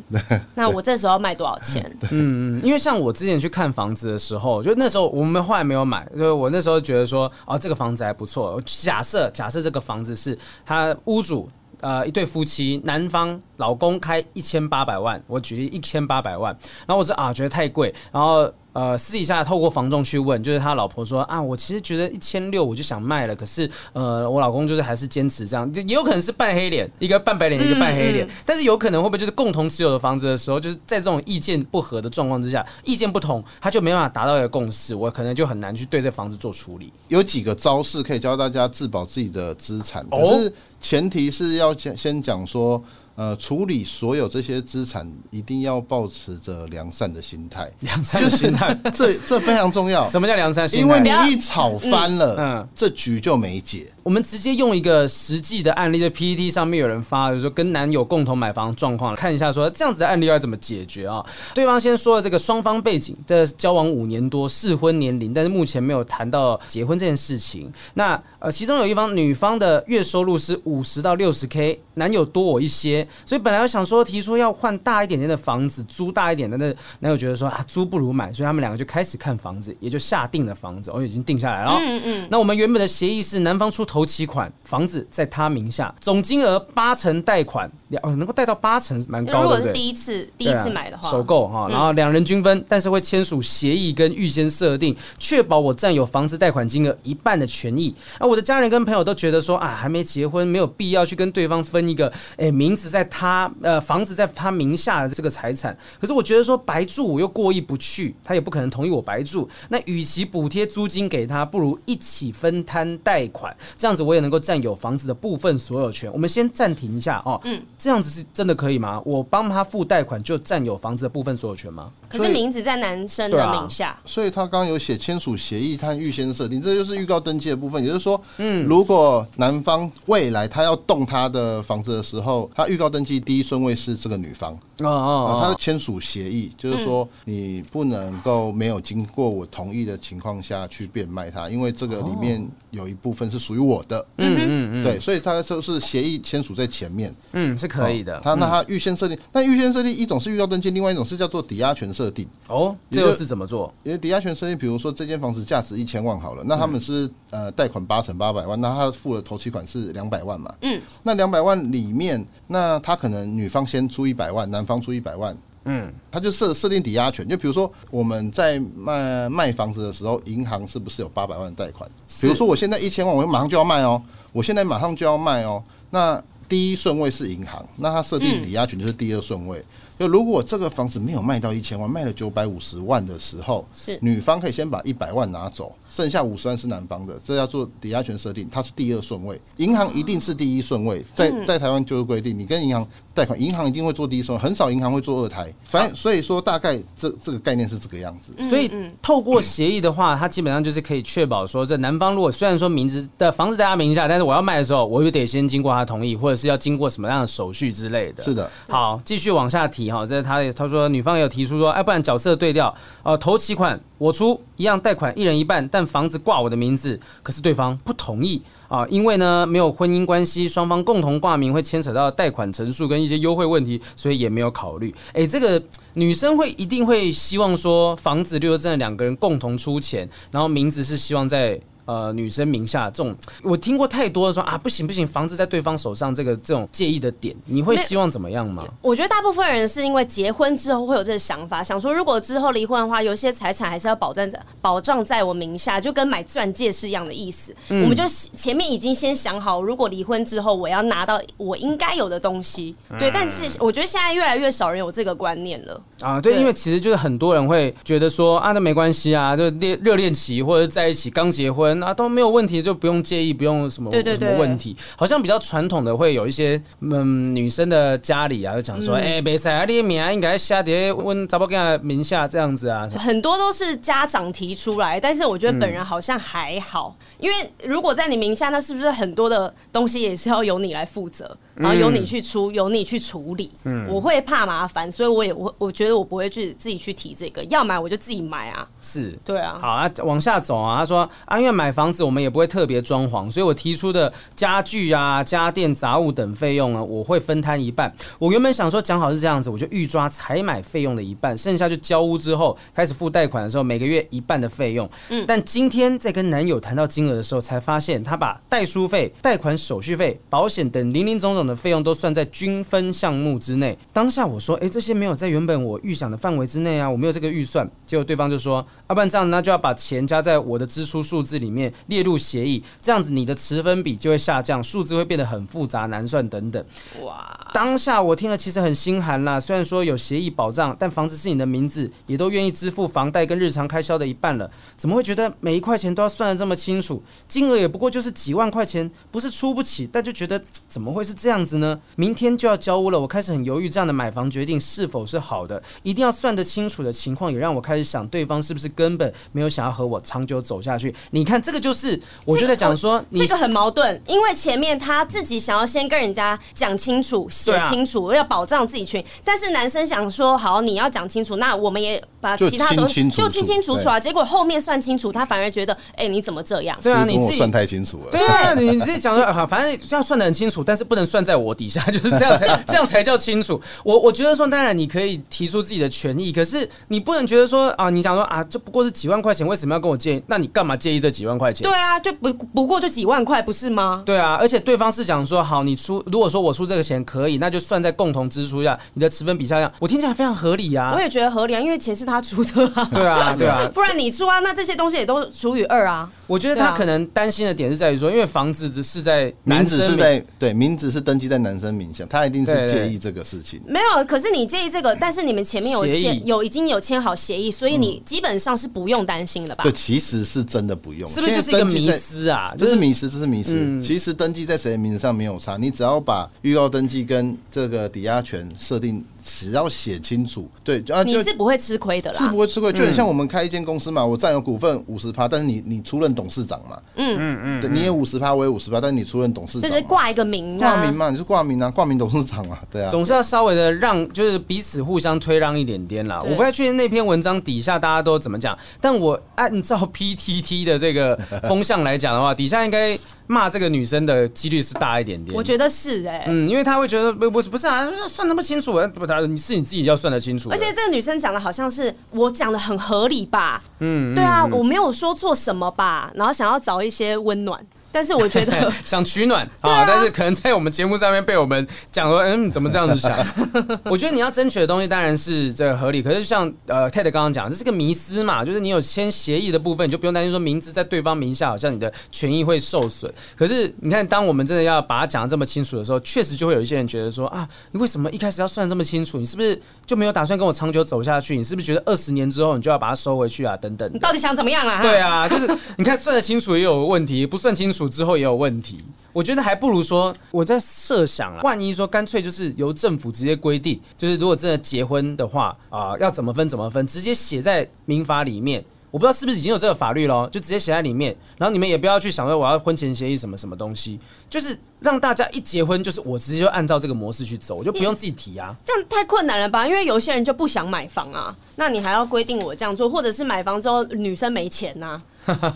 B: 那我这时候要卖多少钱？
A: 嗯，因为像我之前去看房子的时候，就那时候我们后来没有买，就是我那时候觉得说，哦，这个房子还不错。假设假设这个房子是他屋主。呃，一对夫妻，男方老公开一千八百万，我举例一千八百万，然后我说啊，觉得太贵，然后呃，私底下透过房仲去问，就是他老婆说啊，我其实觉得一千六我就想卖了，可是呃，我老公就是还是坚持这样，也有可能是半黑脸，一个半白脸，一个半黑脸，但是有可能会不会就是共同持有的房子的时候，就是在这种意见不合的状况之下，意见不同，他就没办法达到一个共识，我可能就很难去对这房子做处理。
C: 有几个招式可以教大家自保自己的资产，
A: 哦
C: 可是前提是要先先讲说，呃，处理所有这些资产一定要保持着良善的心态，
A: 良善的心态，
C: 这这非常重要
A: ，什么叫良善心态？
C: 因为你一吵翻了，
A: 嗯嗯
C: 这局就没解。
A: 我们直接用一个实际的案例，在 PPT 上面有人发，就是说跟男友共同买房的状况，看一下说这样子的案例要怎么解决啊？对方先说了这个双方背景，这交往五年多，适婚年龄，但是目前没有谈到结婚这件事情。那呃，其中有一方女方的月收入是五十到六十 K，男友多我一些，所以本来我想说提出要换大一点点的房子，租大一点的，但是男友觉得说啊租不如买，所以他们两个就开始看房子，也就下定了房子，哦已经定下来了。嗯嗯。那我们原本的协议是男方出头期款，房子在他名下，总金额八成贷款，两哦能够贷到八成，蛮
B: 如
A: 高
B: 果
A: 的，对不对？
B: 是第一次第
A: 对
B: 一
A: 啊
B: 次买的话，嗯
A: 首购哈，然后两人均分，但是会签署协议跟预先设定，确保我占有房子贷款金额一半的权益。啊，我的家人跟朋友都觉得说啊，还没结婚，没有必要去跟对方分一个，哎、名字在他呃房子在他名下的这个财产。可是我觉得说白住我又过意不去，他也不可能同意我白住。那与其补贴租金给他，不如一起分摊贷款，这样子我也能够占有房子的部分所有权。我们先暂停一下哦，嗯，这样子是真的可以吗？我帮他付贷款就占有房子的部分所有权吗？
B: 可是名字在男生
A: 对
B: 的
A: 啊
B: 名下，
C: 所以他刚刚有写签署协议和预先设定，这就是预告登记的部分。也就是说，嗯，如果男方未来他要动他的房子的时候，他预告登记第一顺位是这个女方，
A: 哦哦
C: 啊，他签署协议，就是说你不能够没有经过我同意的情况下去变卖它，因为这个里面有一部分是属于我的。嗯嗯嗯，对，所以他就是协议签署在前面。
A: 嗯，是可以的。
C: 他那他预先设定，那预先设定一种是预告登记，另外一种是叫做抵押权设定。
A: 哦，这又是怎么做？
C: 因为抵押权设定，比如说这间房子价值一千万好了，那他们是、呃贷款八成八百万，那他付了头期款是两百万嘛？嗯，那两百万里面，那他可能女方先出一百万，男方出一百万。
A: 嗯，
C: 他就设设定抵押权，就比如说我们在卖卖房子的时候，银行是不是有八百万贷款？比如说我现在一千万，我马上就要卖哦，我现在马上就要卖哦。那第一顺位是银行，那它设定抵押权就是第二顺位。就如果这个房子没有卖到一千万，卖了九百五十万的时候，
B: 是
C: 女方可以先把一百万拿走，剩下五十万是男方的，这叫做抵押权设定，它是第二顺位。银行一定是第一顺
A: 嗯
C: 位，在在台湾就是规定，你跟银行贷款，银行一定会做第一顺位，很少银行会做二胎。反
A: 哦
C: 正所以说大概这这个概念是这个样子。
A: 所以透过协议的话，他基本上就是可以确保说，这男方如果虽然说名字的房子在他名下，但是我要卖的时候，我就得先经过他同意，或者是要经过什么样的手续之类的。
C: 是的，
A: 好，继续往下提哈，这是他也他说女方也有提出说，哎，不然角色对调，呃，头期款我出，一样贷款一人一半，但房子挂我的名字，可是对方不同意啊、因为呢没有婚姻关系，双方共同挂名会牵扯到贷款陈述跟一些优惠问题，所以也没有考虑。哎，这个女生会一定会希望说，房子就是真的两个人共同出钱，然后名字是希望在呃女生名下，这种我听过太多的说啊，不行不行，房子在对方手上，这个这种介意的点，你会
B: 没有
A: 希望怎么样吗？
B: 我觉得大部分人是因为结婚之后会有这个想法，想说如果之后离婚的话，有些财产还是要保障在保障在我名下，就跟买钻戒是一样的意思。
A: 嗯
B: 我们就前面已经先想好，如果离婚之后我要拿到我应该有的东西。
A: 嗯
B: 对，但是我觉得现在越来越少人有这个观念了。
A: 啊，对，
B: 对
A: 因为其实就是很多人会觉得说啊，那没关系啊，就恋热恋期或者在一起刚结婚啊都没有问题，就不用介意，不用什么
B: 对对
A: 什
B: 对
A: 么问题。好像比较传统的会有一些嗯女生的家里啊，就讲
B: 嗯
A: 说哎，别塞啊，你的名啊应该下跌问查某囝名下这样子啊。
B: 很多都是家长提出来，但是我觉得本人好像还好，因为如果在你名下，那是不是很多的东西也是要由你来负责，然后由你去出，由你去处理？我会怕麻烦，所以我也我我觉得我不会去自己去提这个，要买我就自己买啊，
A: 是，
B: 对啊，
A: 好啊，往下走啊。他说啊，因为买房子我们也不会特别装潢，所以我提出的家具啊、家电杂物等费用呢，我会分摊一半。我原本想说讲好是这样子，我就预抓采买费用的一半，剩下就交屋之后开始付贷款的时候，每个月一半的费用。嗯，但今天在跟男友谈到金额的时候，才发现他把代书费、贷款手续费、保险等零零总总的费用都算在均分项目之内。当下我说，诶，这些没有在原本我预想的范围之内啊，我没有这个预算。结果对方就说，要、不然这样，那就要把钱加在我的支出数字里面列入协议，这样子你的持分比就会下降，数字会变得很复杂难算等等。
B: 哇，
A: 当下我听了其实很心寒啦，虽然说有协议保障，但房子是你的名字，也都愿意支付房贷跟日常开销的一半了，怎么会觉得每一块钱都要算得这么清楚？金额也不过就是几万块钱，不是出不起，但就觉得嘖怎么会是这样子呢？明天就要交屋了，我开始很犹豫，这样的买房决定是否是好的？一定要算得清楚的情况，也让我开始想对方是不是根本没有想要和我长久走下去？你看看，这个就是我就在讲说，你
B: 这个很矛盾，因为前面他自己想要先跟人家讲清楚、写
A: 对啊
B: 清楚，要保障自己权益，但是男生想说好，你要讲清楚，那我们也把
C: 就
B: 其他都
C: 清清楚楚
B: 就清清楚楚啊。结果后面算清楚，他反而觉得，哎、你怎么这样？
A: 对啊，
C: 是不是
A: 你
C: 跟我
A: 自己
C: 算太清楚了。
A: 对啊，你你自己讲说啊，反正要算的很清楚，但是不能算在我底下， 就是这样才这样才叫清楚。我我觉得说，当然你可以提出自己的权益，可是你不能觉得说啊，你想说啊，这不过是几万块钱，为什么要跟我介意？那你干嘛介意这几万块钱？
B: 对啊，就不不过就几万块，不是吗？
A: 对啊，而且对方是讲说，好，你出，如果说我出这个钱可以，那就算在共同支出下，你的持分比下量，我听起来非常合理啊
B: 我。也觉得合理啊，因为钱是他出的啊，
A: 对啊，对啊，
B: 不然你出啊，那这些东西也都除以二啊。
A: 我觉得他
B: 对啊
A: 可能担心的点是在于说，因为房子只是在
C: 名
A: 男
C: 字
A: 生
C: 是
A: 名
C: 在对，名字是登记在男生名下，他一定
A: 对
C: 是
A: 对
C: 介意这个事情。
B: 没有，可是你介意这个，但是你们前面有
A: 协议
B: 签，有已经有签好协议，所以你基本上是不用担心的吧
C: 对，？其实是真的不用，
A: 是不是就是一
C: 现在
A: 个
C: 登记
A: 迷
C: 在
A: 思啊？就
C: 这
A: 是是
C: 迷失，这是迷失。其实登记在谁的名字上没有差，你只要把预告登记跟这个抵押权设定，只要写清楚，对，就啊
B: 你
C: 就是
B: 不会吃亏的啦。
C: 是不会吃亏。就很像我们开一间公司嘛，我占有股份五十趴，但是你你出任董事长嘛，嗯嗯嗯，对，你也五十趴，我也五十趴，但是你出任董事
B: 就
C: 长
B: 是
C: 嘛，
B: 挂一个名啊
C: 挂名嘛，你是挂名啊，挂名董事长啊，对啊。
A: 总是要稍微的让，就是彼此互相推让一点点啦。
B: 对
A: 我不太确定那篇文章底下大家都怎么讲，但我哎按照 PTT 的这个风向来讲的话，底下应该骂这个女生的几率是大一点点。
B: 我觉得是哎、
A: 嗯，因为他会觉得不不是不是啊，算的不清楚，不他你是你自己要算得清楚的。
B: 而且这个女生讲的好像是我讲的很合理吧？嗯，对啊，我没有说错什么吧？然后想要找一些温暖，但是我觉 得
A: 哎想取暖啊，但是可能在我们节目上面被我们讲说，嗯，怎么这样子想？ 我觉得你要争取的东西当然是这个合理，可是像呃 Ted 刚刚讲，这是个迷思嘛，就是你有签协议的部分，你就不用担心说名字在对方名下，好像你的权益会受损。可是你看，当我们真的要把它讲的这么清楚的时候，确实就会有一些人觉得说啊，你为什么一开始要算得这么清楚？你是不是就没有打算跟我长久走下去？你是不是觉得二十年之后你就要把它收回去啊？等等的
B: 你到底想怎么样啊？
A: 对，啊，就是你看算得清楚也有问题，不算清楚之后也有问题。我觉得还不如说，我在设想啊，万一说干脆就是由政府直接规定，就是如果真的结婚的话啊、要怎么分怎么分，直接写在民法里面。我不知道是不是已经有这个法律咯，就直接写在里面。然后你们也不要去想说我要婚前协议什么什么东西，就是让大家一结婚就是我直接就按照这个模式去走，我就不用自己提啊。
B: 这样太困难了吧？因为有些人就不想买房啊，那你还要规定我这样做，或者是买房之后女生没钱 呐、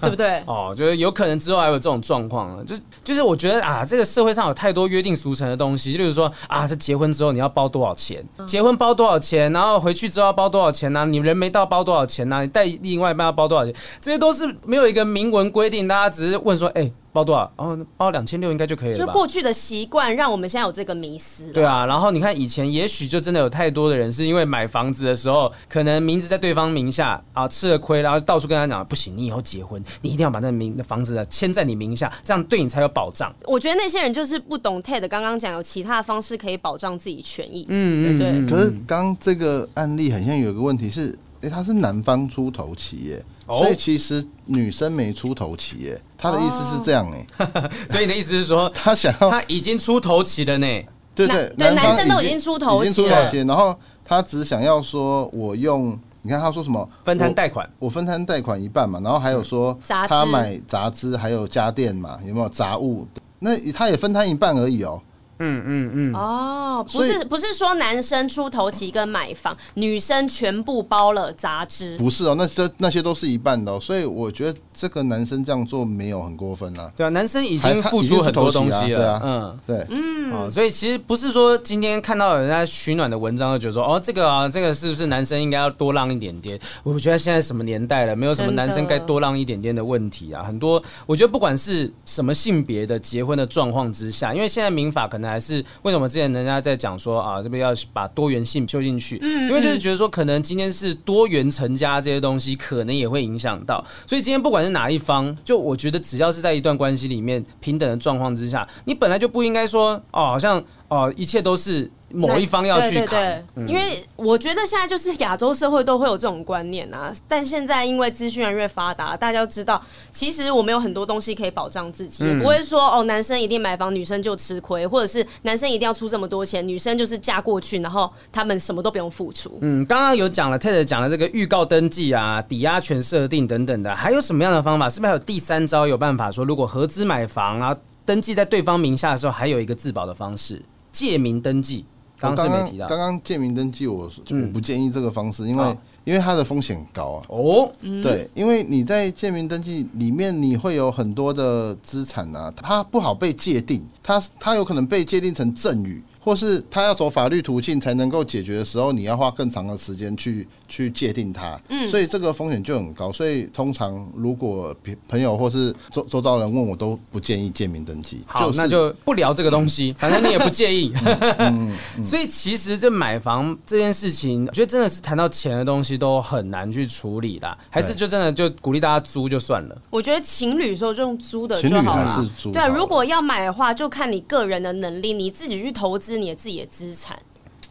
B: 对不对？
A: 哦，就是有可能之后还有这种状况了，就是就是我觉得啊，这个社会上有太多约定俗成的东西，就比如说啊，这结婚之后你要包多少钱，
B: 嗯
A: 结婚包多少钱，然后回去之后要包多少钱呢、你人没到包多少钱呢、你带另外一半要包多少钱？这些都是没有一个明文规定，大家只是问说，哎、包多少？哦，包两千六应该就可以
B: 就
A: 了吧？
B: 过去的习惯让我们现在有这个迷思。
A: 对，啊，然后你看以前也许就真的有太多的人是因为买房子的时候，可能名字在对方名下啊，吃了亏，然后到处跟他讲，不行，你以后结婚，你一定要把那名那房子呢签在你名下，这样对你才有保 障。
B: 我觉得那些人就是不懂 Ted 刚刚讲有其他的方式可以保障自己权益。嗯嗯，对。
C: 可是刚这个案例很像有一个问题是，诶，他是男方出头期耶，
A: 哦
C: 所以其实女生没出头期耶。他的意思
B: 哦
C: 是这样哎，
A: 所以你的意思是说，
C: 他想要
A: 他已经出头期了呢？
C: 对
B: 那
C: 对，
B: 对
C: 方
B: 男生都已经出头
C: 已经
B: 期
C: 出
B: 了
C: 头期，然后他只想要说我用，你看他说什么
A: 分摊
C: 我
A: 贷款，
C: 我分摊贷款一半嘛，然后还有说
B: 嗯杂
C: 他
B: 志
C: 买杂志还有家电嘛，有没有杂物？那他也分摊一半而已哦。
A: 嗯
B: 哦，不
C: 所以
B: 是不是说男生出头期跟买房，女生全部包了杂志。
C: 不是哦，那些那些都是一半的、哦，所以我觉得这个男生这样做没有很过分啊。
A: 对啊，男生已
C: 还
A: 经
C: 他
A: 付
C: 已经
A: 出很多
C: 出头
A: 东
C: 期啊
A: 西
C: 对
A: 了
C: 啊，
A: 嗯。
C: 对，
A: 哦，所以其实不是说今天看到人家取暖的文章就觉得说，哦，这个啊，这个是不是男生应该要多让一点点？我觉得现在什么年代了，没有什么
B: 真的
A: 男生该多让一点点的问题啊。很多，我觉得不管是什么性别的结婚的状况之下，因为现在民法可能还是为什么之前人家在讲说啊，这边要把多元性修进去，
B: 嗯
A: 因为就是觉得说可能今天是多元成家这些东西，可能也会影响到。所以今天不管是哪一方，就我觉得只要是在一段关系里面平等的状况之下，你本来就不应该说哦，好像哦，一切都是某一方要
B: 对
A: 去
B: 对
A: 扛。嗯
B: 对，因为我觉得现在就是亚洲社会都会有这种观念啊，但现在因为资讯越来越发达，大家都知道，其实我们有很多东西可以保障自
A: 嗯
B: 己，也不会说哦，男生一定买房，女生就吃亏，或者是男生一定要出这么多钱，女生就是嫁过去，然后他们什么都不用付出。
A: 嗯，刚刚有讲了，Ted 讲了这个预告登记啊、抵押权设定等等的，还有什么样的方法？是不是还有第三招有办法说，如果合资买房啊，登记在对方名下的时候，还有一个自保的方式，借名登记。刚
C: 我
A: 刚
C: 刚
A: 是没
C: 刚
A: 提到嗯
C: 刚刚建民登记我，我不建议这个方式，因为
A: 哦
C: 因为它的风险高啊。
A: 哦，
C: 对，因为你在建民登记里面，你会有很多的资产啊，它不好被界定，它它有可能被界定成赠与，或是它要走法律途径才能够解决的时候，你要花更长的时间去去界定它，嗯，所以这个风险就很高。所以通常如果朋朋友或是周周遭人问我，都不建议建民登记。
A: 好，
C: 是
A: 那就不聊这个东西，反正你也不介意。
C: 嗯
A: 所以其实这买房这件事情，我觉得真的是谈到钱的东西都很难去处理啦，还是
C: 对
A: 就真的就鼓励大家租就算了。
B: 我觉得情侣的时候就用租的
C: 情
B: 就
C: 侣
B: 好
C: 还
B: 了
C: 是。租
B: 对啊，
C: 好了
B: 如果要买的话，就看你个人的能力，你自己去投资你的自己的资产。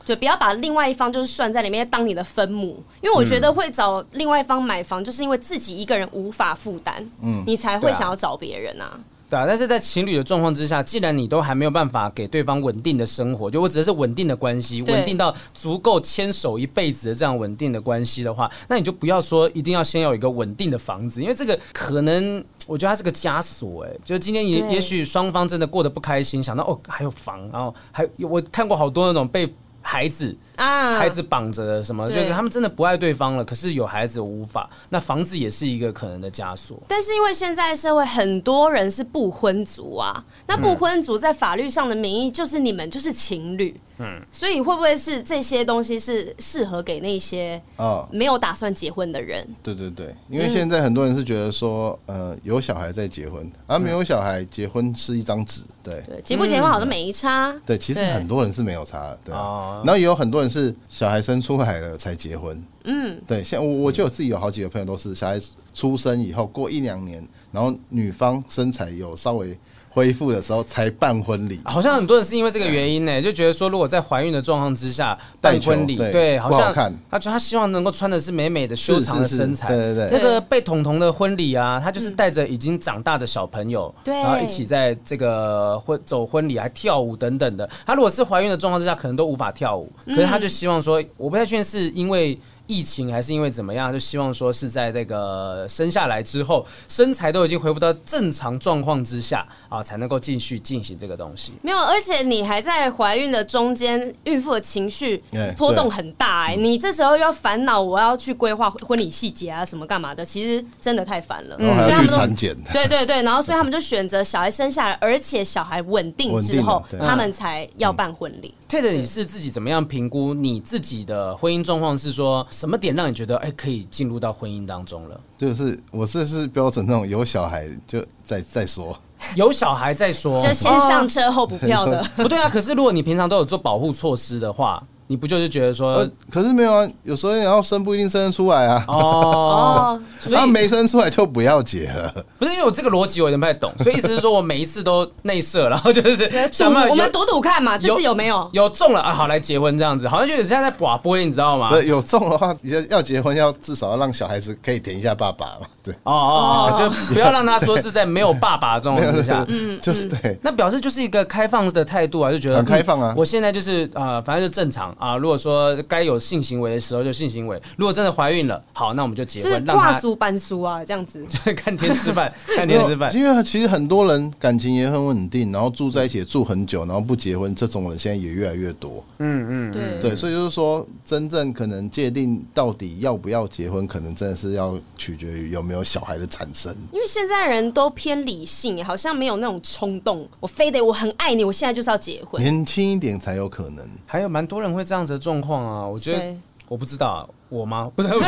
B: 对，不要把另外一方就是算在里面当你的分母，因为我觉得会找另外一方买房，就是因为自己一个人无法负担，嗯，你才
A: 对
B: 会
A: 啊
B: 想要找别人啊。
A: 对啊，但是在情侣的状况之下，既然你都还没有办法给对方稳定的生活，就我指的是稳定的关系，
B: 对
A: 稳定到足够牵手一辈子的这样稳定的关系的话，那你就不要说一定要先有一个稳定的房子，因为这个可能我觉得它是个枷锁、哎，就是今天也
B: 对
A: 也许双方真的过得不开心，想到哦还有房，然后还有我看过好多那种被孩子
B: 啊，
A: 孩子绑着的什么，就
B: 对
A: 是他们真的不爱对方了，可是有孩子无法，那房子也是一个可能的枷锁。
B: 但是因为现在社会很多人是不婚族啊，那不婚族在法律上的名义就是你们就是情侣，嗯，所以会不会是这些东西是适合给那些
C: 啊、
B: 没有打算结婚的人？
C: 对对对，因为现在很多人是觉得说，呃，有小孩再结婚，而、没有小孩结婚是一张纸，对。
B: 对，结不结婚好像没差。
C: 对，其实
B: 对
C: 很多人是没有差的，对
A: 哦
C: 啊。然后也有很多人是小孩生出来了才结婚，嗯，对。像我我就有自己有好几个朋友都是小孩出生以后过一两年，然后女方身材有稍微恢复的时候才办婚礼，
A: 好像很多人是因为这个原因呢，就觉得说，如果在怀孕的状况之下办
C: 带球
A: 婚礼，
C: 对
A: 对，
C: 不
A: 好
C: 好
A: 像
C: 看
A: 他觉得他希望能够穿的是美美的修长的
C: 是是
A: 身材。
C: 对对
A: 那
C: 对。
A: 个被彤彤的婚礼啊，他就是带着已经长大的小朋友，
B: 对
A: 然后一起在这个婚走婚礼，还啊跳舞等等的。他如果是怀孕的状况之下，可能都无法跳舞，
B: 嗯
A: 可是他就希望说，我不太确定是因为。疫情还是因为怎么样，就希望说是在那个生下来之后，身材都已经恢复到正常状况之下啊，才能够继续进行这个东西。
B: 没有，而且你还在怀孕的中间，孕妇的情绪
C: 哎
B: 波动很大、哎、你这时候又要烦恼，我要去规划婚礼细节啊，什么干嘛的，其实真的太烦了。
C: 然后
B: 所
C: 还
B: 以
C: 要
B: 他
C: 去
B: 们都
C: 产检，
B: 对对对，然后所以他们就选择小孩生下来，而且小孩稳定之后
C: 稳，定了对
B: 他们才要办婚礼。
A: Ted，你是自己怎么样评估你自己的婚姻状况？是说什么点让你觉得哎、可以进入到婚姻当中了？
C: 就是我是是标准那种有小孩就再再说，
A: 有小孩再说，
B: 就先上车后补票的，
A: 不对啊。可是如果你平常都有做保护措施的话，你不就是觉得说、
C: 呃，可是没有啊，有时候你要生不一定生得出来啊，
A: 哦，
B: 哦
A: 所以、
C: 那啊没生出来就不要结了。
A: 不是因为我这个逻辑我有点不太懂，所以意思是说我每一次都内射，然后就是
B: 赌
A: 想办法
B: 我
A: 有
B: 们赌赌看嘛，这次有没有？
A: 有中了啊，好来结婚这样子，好像就有现在在寡播，你知道吗？
C: 不是有中的话，要要结婚要至少要让小孩子可以舔一下爸爸嘛，对，
A: 哦哦哦，就不要让他说是在没有爸爸的状况之 下，
C: 就是对，
A: 那表示就是一个开放的态度啊，就觉得
C: 很开放啊
A: 嗯我现在就是呃，反正就正常啊。如果说该有性行为的时候就性行为，如果真的怀孕了，好，那我们就结
B: 就是
A: 婚，让
B: 挂
A: 他
B: 书搬书啊，这样子。
A: 看天吃饭，看天吃饭。
C: 因为其实很多人感情也很稳定，然后住在一起也住很久，然后不结婚，这种人现在也越来越多。
A: 嗯
B: 对
C: 对，所以就是说，真正可能界定到底要不要结婚，可能真的是要取决于有没有小孩的产生。
B: 因为现在人都偏理性，好像没有那种冲动，我非得我很爱你，我现在就是要结婚。
C: 年轻一点才有可能。
A: 还有蛮多人会这样子的状况啊，我觉得
B: 谁
A: 我不知道啊，我吗？ 不是，没有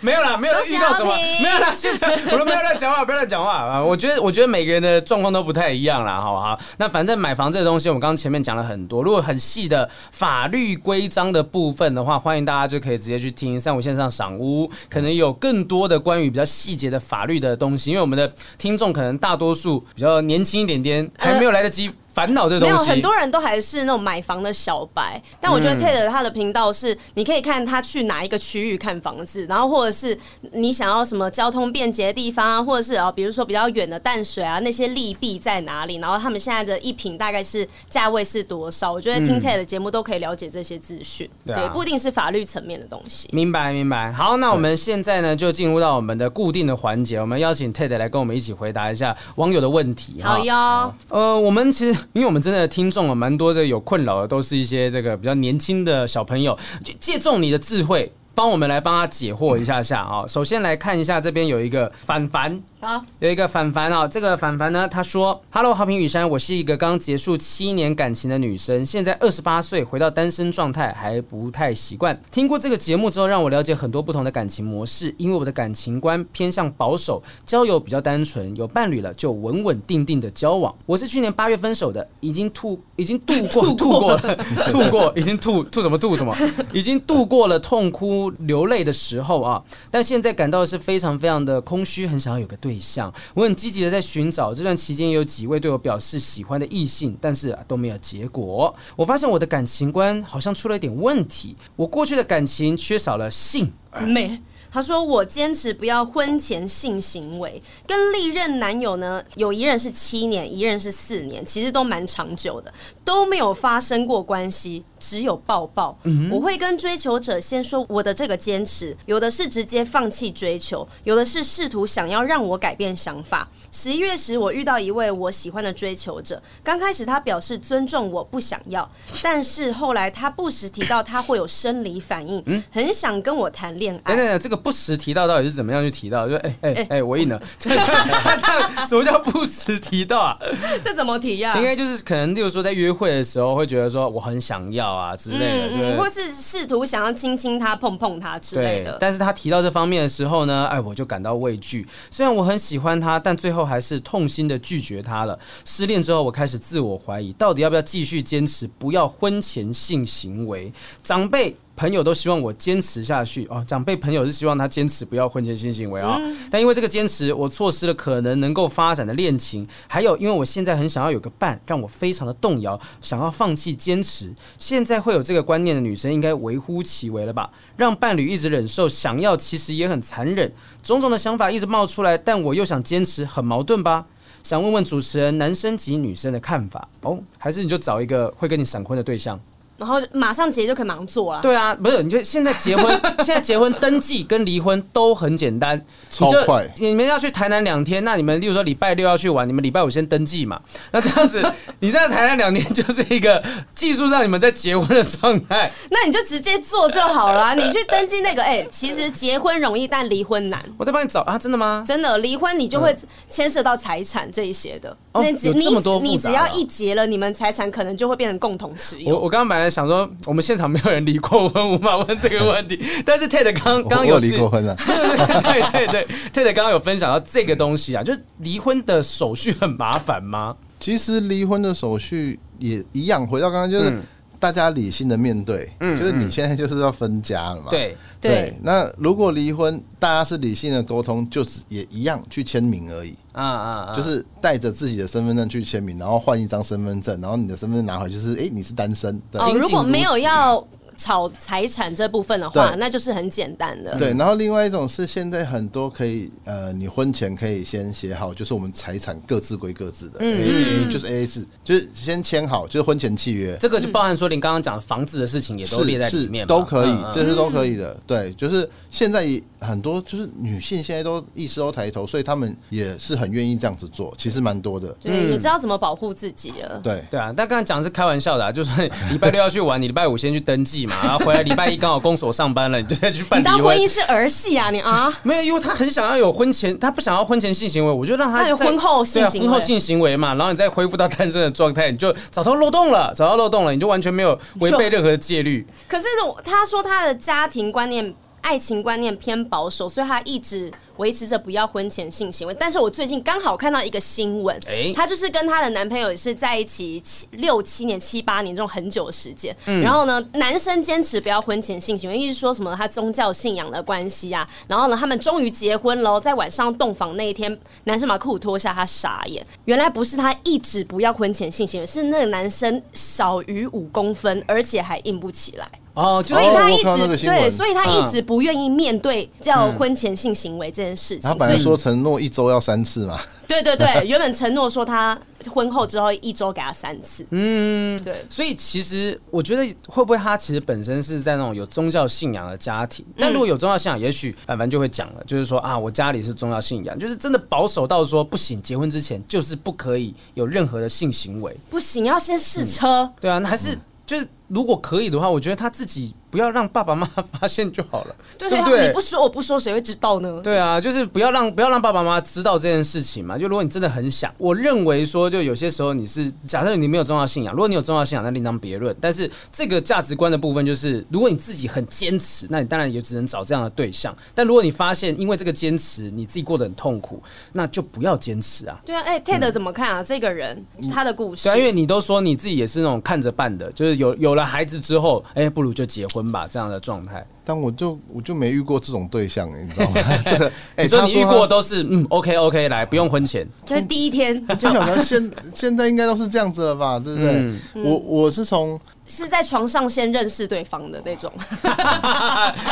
A: 没有啦，没有
B: 恭喜
A: 遇到什么
B: 浩平，
A: 没有啦，现在我都没有乱讲话，不要乱讲话 啊！我觉得，我觉得每个人的状况都不太一样啦，好不好？那反正买房这个东西，我们刚刚前面讲了很多，如果很细的法律规章的部分的话，欢迎大家就可以直接去听三五线上赏屋，可能有更多的关于比较细节的法律的东西，因为我们的听众可能大多数比较年轻一点点，还没有来得及烦恼这
B: 没
A: 东
B: 有
A: 西。
B: 很多人都还是那种买房的小白，但我觉得 TED 他的频道是，你可以看他去哪一个区域看房子，然后或者是你想要什么交通便捷的地方啊，或者是啊，比如说比较远的淡水啊，那些利弊在哪里，然后他们现在的一平大概是价位是多少？我觉得听 TED 的节目都可以了解这些资讯，
A: 对啊
B: 对，不一定是法律层面的东西。
A: 明白明白。好，那我们现在呢就进入到我们的固定的环节，我们邀请 Ted 来跟我们一起回答一下网友的问题哈
B: 好哟，
A: 呃，我们其实因为我们真的听众啊蛮多，这个有困扰的都是一些这个比较年轻的小朋友，就借重你的智慧。帮我们来帮他解惑一下下啊、首先来看一下这边有一个反凡，
B: 好，
A: 有一个凡凡啊，这个凡凡呢，他说：“Hello，好评雨山，我是一个刚结束七年感情的女生，现在二十八岁，回到单身状态还不太习惯。听过这个节目之后，让我了解很多不同的感情模式，因为我的感情观偏向保守，交友比较单纯，有伴侣了就稳稳定定的交往。我是去年八月分手的，已经吐，已经度过， 吐过了，吐过，已经吐吐什么吐什么，已经度过了痛哭流泪的时候啊。但现在感到的是非常非常的空虚，很想要有个对象。我很积极的在寻找，这段期间有几位对我表示喜欢的异性，但是、啊都没有结果。我发现我的感情观好像出了一点问题，我过去的感情缺少了性。
B: 没，他说我坚持不要婚前性行为，跟历任男友呢，有一任是七年，一任是四年，其实都蛮长久的，都没有发生过关系，只有抱抱。我会跟追求者先说我的这个坚持，有的是直接放弃追求，有的是试图想要让我改变想法。十一月时，我遇到一位我喜欢的追求者，刚开始他表示尊重我不想要，但是后来他不时提到他会有生理反应，很想跟我谈恋爱
A: 嗯等。等等，这个不时提到到底是怎么样去提到？就哎哎哎，我硬了。这个这个什么叫不时提到啊？
B: 这怎么提呀、
A: 应该就是可能，例如说在约会的时候，会觉得说我很想要啊之类的，就
B: 嗯，
A: 是
B: 或是试图想要亲亲他、碰碰他之类
A: 对
B: 的，。
A: 但是他提到这方面的时候呢，哎，我就感到畏惧。虽然我很喜欢他，但最后还是痛心的拒绝他了。失恋之后，我开始自我怀疑，到底要不要继续坚持不要婚前性行为？长辈。朋友都希望我坚持下去哦，长辈朋友是希望他坚持不要婚前性行为啊、
B: 嗯
A: 但因为这个坚持，我错失了可能能够发展的恋情，还有因为我现在很想要有个伴，让我非常的动摇，想要放弃坚持。现在会有这个观念的女生，应该微乎其微了吧？让伴侣一直忍受想要，其实也很残忍。种种的想法一直冒出来，但我又想坚持，很矛盾吧？想问问主持人，男生及女生的看法哦，还是你就找一个会跟你闪婚的对象？
B: 然后马上结就可以马上做了。
A: 对啊，不是，你就现在结婚，现在结婚登记跟离婚都很简单，
C: 超快
A: 你就。你们要去台南两天，那你们例如说礼拜六要去玩，你们礼拜五先登记嘛。那这样子，你在台南两天就是一个技术上你们在结婚的状态。
B: 那你就直接做就好了啊。你去登记那个，哎、其实结婚容易，但离婚难。
A: 我在帮你找啊，真的吗？
B: 真的，离婚你就会牵涉到财产这一些的。
A: 嗯哦
B: 那只
A: 有
B: 你
A: 这么多
B: 你
A: 复杂
B: 只
A: 的啊
B: 要一结了，你们财产可能就会变成共同持
A: 我
B: 有。
A: 我刚刚本来想说，我们现场没有人离过婚，无法问这个问题。但是 Ted 刚刚
C: 我
A: 刚
C: 我有
A: 有
C: 离
A: 四
C: 过婚了，
A: 对对对对，Ted 刚刚有分享到这个东西啊，就是离婚的手续很麻烦吗？
C: 其实离婚的手续也一样，回到刚刚就是。
A: 嗯
C: 大家理性的面对，
A: 嗯
C: 就是你
A: 嗯
C: 现在就是要分家了嘛。
A: 对，
B: 对
C: 那如果离婚，大家是理性的沟通，就是也一样去签名而已，
A: 啊啊啊，
C: 就是带着自己的身份证去签名，然后换一张身份证，然后你的身份证拿回，就是哎、诶你是单身的。
B: 哦，
A: 仅仅
B: 如果没有
A: 如此
B: 要炒财产这部分的话，
C: 对
B: 那就是很简单的。
C: 对，然后另外一种是现在很多可以，呃，你婚前可以先写好，就是我们财产各自归各自的，嗯就是 A A 制，就是先签好，就是婚前契约，
A: 这个就包含说您刚刚讲的房子的事情也都列在
C: 是
A: 里面
C: 是
A: 嘛，
C: 都可以
A: 嗯，嗯
C: 这是都可以的。对，就是现在也很多就是女性现在都意识都抬头，所以她们也是很愿意这样子做，其实蛮多的。
B: 对，
A: 嗯
B: 你知道怎么保护自己了。
C: 对，
A: 对啊，但刚才讲的是开玩笑的、啊，就是礼拜六要去玩，你礼拜五先去登记嘛，然 啊后回来礼拜一刚好公所上班了，你就再去办离
B: 你当婚
A: 婚
B: 姻。是儿戏啊，你啊。
A: 没有，因为他很想要有婚前，他不想要婚前性行为，我就让他
B: 那有
A: 在
B: 婚后性
A: 对啊
B: 行为
A: 婚后性行为嘛，然后你再恢复到单身的状态，你就找到漏洞了，找到漏洞了，你就完全没有违背任何戒律。
B: 可是我他说他的家庭观念。爱情观念偏保守，所以他一直维持着不要婚前性行为。但是我最近刚好看到一个新闻，
A: 哎
B: 她就是跟她的男朋友也是在一起七六七年、七八年这种很久的时间。
C: 嗯
B: 然后呢，男生坚持不要婚前性行为，一直说什么他宗教信仰的关系啊。然后呢，他们终于结婚喽，在晚上洞房那一天，男生把裤子脱下，他傻眼，原来不是他一直不要婚前性行为，是那个男生少于五公分，而且还硬不起来。
A: 哦，就
B: 所
A: 是
B: 以
C: 哦
B: 他
C: 我
B: 一
C: 看到那个
B: 直
C: 新闻嗯
B: 对，所以他一直不愿意面对叫婚前性行为这件事情。
C: 他本
B: 所
C: 来
B: 以
C: 说承诺一周要三次嘛，
B: 对对对， 原本承诺说他婚后之后一周给他三次。嗯，对。
A: 所以其实我觉得会不会他其实本身是在那种有宗教信仰的家
B: 嗯
A: 庭，但如果有宗教信仰，也许凡凡就会讲了，就是说啊，我家里是宗教信仰，就是真的保守到说不行，结婚之前就是不可以有任何的性行为。
B: 不行，要先试车。
A: 对啊，那还是、
B: 嗯
A: 就是如果可以的话，我觉得他自己不要让爸爸妈妈发现就好了，
B: 对
A: 不
B: 啊，
A: 对？
B: 你不说我不说，谁会知道呢？
A: 对啊，就是不要让不要让爸爸妈妈知道这件事情嘛。就如果你真的很想，我认为说，就有些时候你是假设你没有重要信仰，如果你有重要信仰，那另当别论。但是这个价值观的部分，就是如果你自己很坚持，那你当然也只能找这样的对象。但如果你发现因为这个坚持，你自己过得很痛苦，那就不要坚持啊。
B: 对啊，哎、t e d 怎么看啊？这个人他的故事，
A: 对啊，因为你都说你自己也是那种看着办的，就是有有了孩子之后，哎、不如就结婚吧这样的状态。
C: 但我就我就没遇过这种对象，你 知道吗？这个，哎、
A: 你说
C: 他
A: 你遇
C: 他
A: 过都是嗯，OK OK，来不用婚前，
B: 就是第一天
C: 就想到现现在应该都是这样子了吧，对不对？
A: 嗯
B: 嗯
C: 我我是从
B: 是在床上先认识对方的 那种。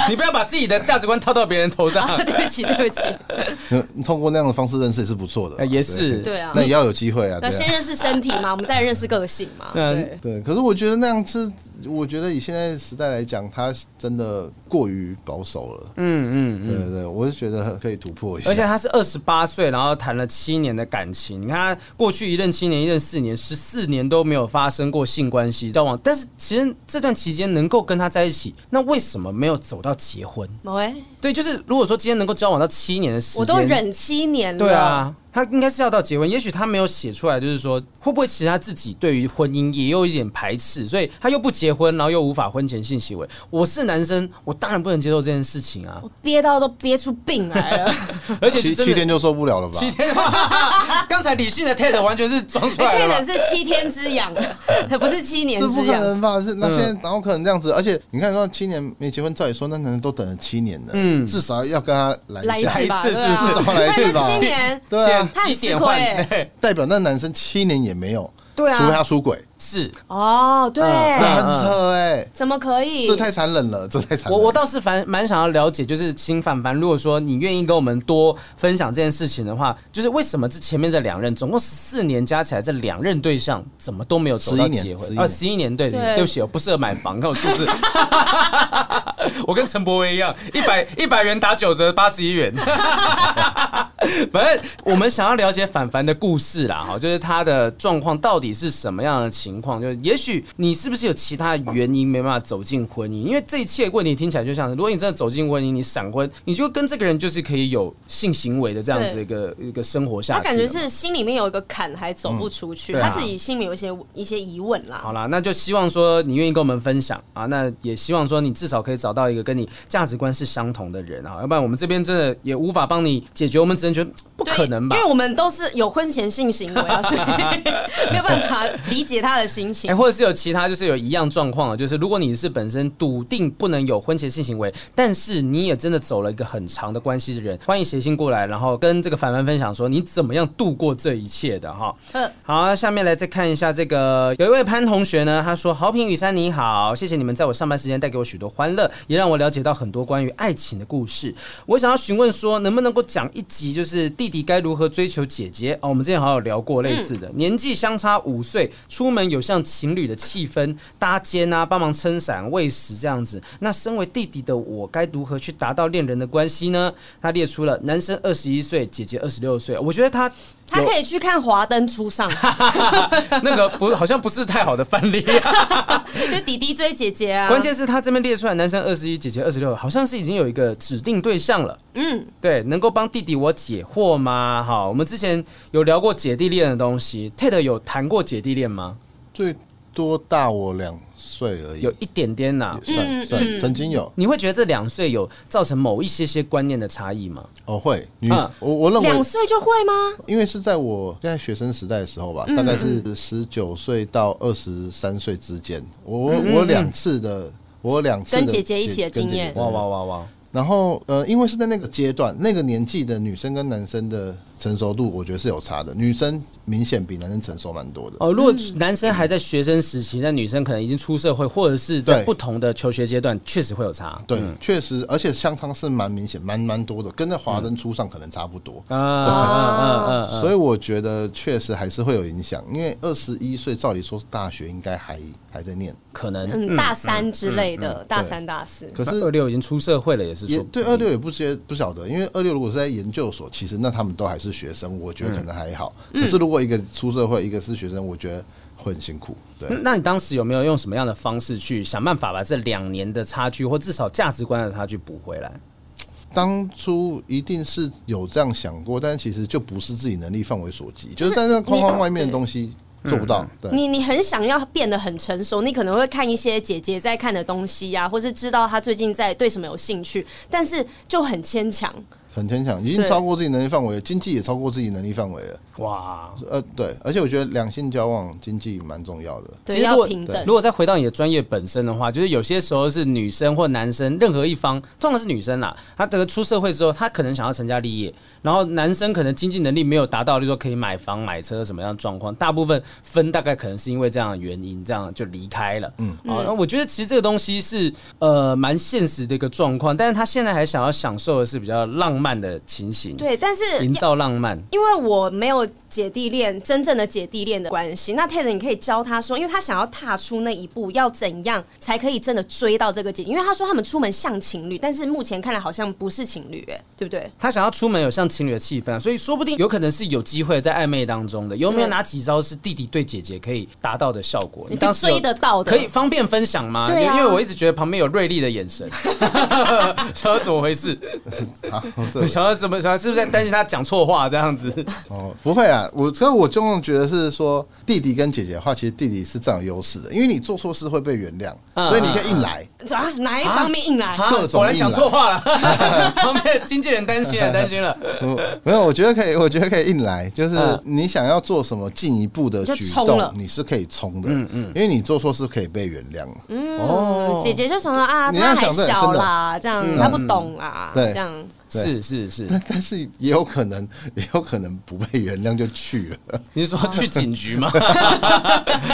A: 你不要把自己的价值观套到别人头上。
B: 啊对不起，对不起。
C: 嗯通过那样的方式认识也是不错的嘛、
A: 呃也是
B: 对啊
C: 那也要有机会啊，对
B: 那先
C: 啊。
B: 认识身体嘛，我们再认识个性嘛。
A: 嗯
B: 对，
C: 对，可是我觉得那样是，我觉得以现在时代来讲，他真的过于保守了。
A: 嗯嗯。
C: 对对对，我是觉得可以突破一下。
A: 而且他是二十八岁，然后谈了七年的感情。你看他过去一任七年，一任四年，十四年都没有发生过性关系交往。但是其实这段期间能够跟他在一起，那为什么没有走到结婚？
B: 某哎、
A: 对，就是如果说今天能够交往到七年的时间，
B: 我都忍七年了。
A: 对，啊，他应该是要到结婚，也许他没有写出来，就是说会不会其实他自己对于婚姻也有一点排斥，所以他又不结婚，然后又无法婚前性行为。我是男生，我当然不能接受这件事情啊，
B: 我憋到都憋出病 来了。
A: 而且
C: 七
A: 是真
C: 七
A: 的
C: 天就受不了了吧？
A: 七天，刚才理性的 Ted 完全是装出
B: 哎、
A: 来
B: t
A: 的
B: e
A: 嘛
B: d 是七天之痒， 不是七年
C: 这
B: 之
C: 不可
B: 痒。
C: 能吧？
A: 嗯
C: 是那现在哪有可能这样子？而且你看，说七年没结婚，照理说那男人都等了七年了，
A: 嗯
C: 至少要跟他 来
B: 来
C: 一
B: 一
C: 下，
B: 次吧，
A: 来一次
B: 对
A: 是
B: 啊
A: 不是
C: 至少来一次吧
B: 但是七年，
C: 对啊，
B: 他很
A: 几点
B: 吃亏
A: 换？
B: 欸
A: 对
C: 代表那男生七年也没有，
A: 对啊
C: 除非他出轨，
A: 是
B: 哦，对，
A: 嗯
C: 那很扯哎，
B: 怎么可以？
C: 这太残忍了，这太残忍了。
A: 我我倒是蛮蛮想要了解，就是请凡凡，如果说你愿意跟我们多分享这件事情的话，就是为什么这前面这两任，总共十四年加起来，这两任对象怎么都没有走到
C: 11年
A: 结婚？
C: 11
A: 啊，十一年，对对，
B: 对
A: 对不起，我不适合买房，看我数字， 我跟陈柏威一样，一百一百元打九折，八十一元。反正我们想要了解凡凡的故事啦，哈，就是他的状况到底是什么样的情况？就是也许你是不是有其他的原因没办法走进婚姻？因为这一切问题听起来就像是，如果你真的走进婚姻，你闪婚，你就跟这个人就是可以有性行为的这样子一个一个生活下去
B: 他
A: 了嘛。
B: 感觉是心里面有一个坎，还走不出去，
A: 嗯对啊
B: 他自己心里有一些一些疑问啦。
A: 好啦，那就希望说你愿意跟我们分享啊，那也希望说你至少可以找到一个跟你价值观是相同的人啊，要不然我们这边真的也无法帮你解决，我们只能觉得不
B: 对
A: 可能吧
B: 因为。我们都是有婚前性行为啊， 所以没有办法理解他的心
A: 哎、
B: 情。
A: 或者是有其他就是有一样状况啊，就是如果你是本身笃定不能有婚前性行为，但是你也真的走了一个很长的关系的人，欢迎写信过来，然后跟这个凡凡分享说你怎么样度过这一切的哈。
B: 呃
A: 好，那下面来再看一下这个，有一位潘同学呢，他说：“好评雨山你好，谢谢你们在我上班时间带给我许多欢乐，也让我了解到很多关于爱情的故事。我想要询问说，能不能够讲一集，就是弟弟该如何追求姐姐？哦，我们之前好像有聊过类似的，年纪相差五岁，出门有像情侣的气氛，搭肩啊，帮忙撑伞、喂食这样子。那身为弟弟的我，该如何去达到恋人的关系呢？他列出了男生二十一岁，姐姐二十六岁，我觉得他
B: 他可以去看《华灯初上》，
A: 那个不好像不是太好的范例、
B: 就弟弟追姐姐啊。
A: 关键是他这边列出来，男生二十一，姐姐二十六，好像是已经有一个指定对象了。嗯，对，能够帮弟弟我解惑吗？好，我们之前有聊过姐弟恋的东西，Ted 有谈过姐弟恋吗？
C: 最多大我两岁而已，
A: 有嗯一点点呐、
C: 也算算曾经有
A: 你会觉得这两岁有造成某一些些观念的差异吗？
C: 哦会女
A: 嗯
C: 我我认
B: 两
C: 为。
B: 岁就会吗？
C: 因为是在我现在学生时代的时候
B: 嗯
C: 吧，大概是十九岁到二十三岁之间，我我两次的，我两次的
B: 嗯跟姐姐一起的经验
C: 跟姐姐
A: 哇哇哇哇！
C: 然后呃，因为是在那个阶段、那个年纪的女生跟男生的成熟度，我觉得是有差的。女生明显比男生成熟蛮多的。
A: 哦，如果男生还在学生时期，那女生可能已经出社会，或者是在
C: 对
A: 不同的求学阶段，确实会有差。
C: 对，确实，而且相差是蛮明显、蛮蛮多的，跟在华灯初上可能差不多。
A: 啊啊啊！
C: 所以我觉得确实还是会有影响，因为二十一岁照理说大学应该还还在念，
A: 可能
B: 嗯，大三之类
A: 嗯
B: 的，大三大四。
C: 可
A: 二
C: 是
A: 六已经出社会了，也是
C: 也
A: 说
C: 对二六也不知不晓得，因为二六如果是在研究所，其实那他们都还是学生，我觉得可能还好。
A: 嗯
C: 可是如果一个出社会，一个是学生，我觉得会很辛苦。对，
A: 嗯那那你当时有没有用什么样的方式去想办法把这两年的差距，或至少价值观的差距补回来？
C: 当初一定是有这样想过，但其实就不是自己能力范围所及，就是在那框框外面的东西做不
A: 嗯
C: 到。对，
B: 你你很想要变得很成熟，你可能会看一些姐姐在看的东西呀、或是知道她最近在对什么有兴趣，但是就很牵强。
C: 很牵强，已经
B: 对
C: 超过自己能力范围了，经济也超过自己能力范围了。
A: 哇！
C: 呃，对，而且我觉得两性交往经济蛮重要的。
A: 其
B: 对，
A: 实如
B: 要
A: 果
B: 平
A: 对
B: 等
A: 如。果再回到你的专业本身的话，就是有些时候是女生或男生，任何一方，通常是女生啦，她这个出社会之后，她可能想要成家立业，然后男生可能经济能力没有达到，例如说可以买房、买车什么样的状况，大部分分大概可能是因为这样的原因，这样就离开了。嗯，好、那我觉得其实这个东西是呃蛮现实的一个状况，但是他现在还想要享受的是比较浪漫的情形，，
B: 对，但是
A: 营造浪漫。
B: 因为我没有姐弟恋，真正的姐弟恋的关系。那 Ted，你可以教他说，因为他想要踏出那一步，要怎样才可以真的追到这个姐姐？因为他说他们出门像情侣，但是目前看来好像不是情侣，哎，对不对？
A: 他想要出门有像情侣的气氛啊、所以说不定有可能是有机会在暧昧当中的。有没有
B: 对
A: 哪几招是弟弟对姐姐可以达到的效果？
B: 你可以
A: 当时有
B: 追得到的
A: 可以方便分享吗？
B: 对啊
A: 因为我一直觉得旁边有锐利的眼 神，想要怎么回事？
C: 啊，这
A: 想要怎么？想要是不是在担心他讲错话这样子？
C: 哦，不会啊，我所以我就觉得是说，弟弟跟姐姐的话，其实弟弟是占有优势的，因为你做错事会被原谅，
A: 嗯
C: 所以你可以硬来。
B: 啊，哪一方面硬来？
A: 啊
C: 各种
A: 果然
C: 硬
A: 讲
C: 来
A: 错 话了，旁边的经纪人担心了，担心了。
C: 我没有，我觉得可以，我觉得可以硬来，就是
A: 嗯
C: 你想要做什么进一步的
B: 就
C: 举
B: 冲
C: 动
B: 了，
C: 你是可以冲的，嗯嗯，因为你做错事可以被原谅的。
A: 哦
B: 嗯，姐姐就想说啊，
C: 你
B: 他
C: 要
B: 还
C: 想这真
B: 小
C: 的
B: 啦，这
A: 嗯
B: 样他不懂啊，
C: 对
B: 这样。
C: 对
A: 是是是，
C: 但但是也有可能，也有可能不被原谅就去了，
A: 你是说去警局 吗？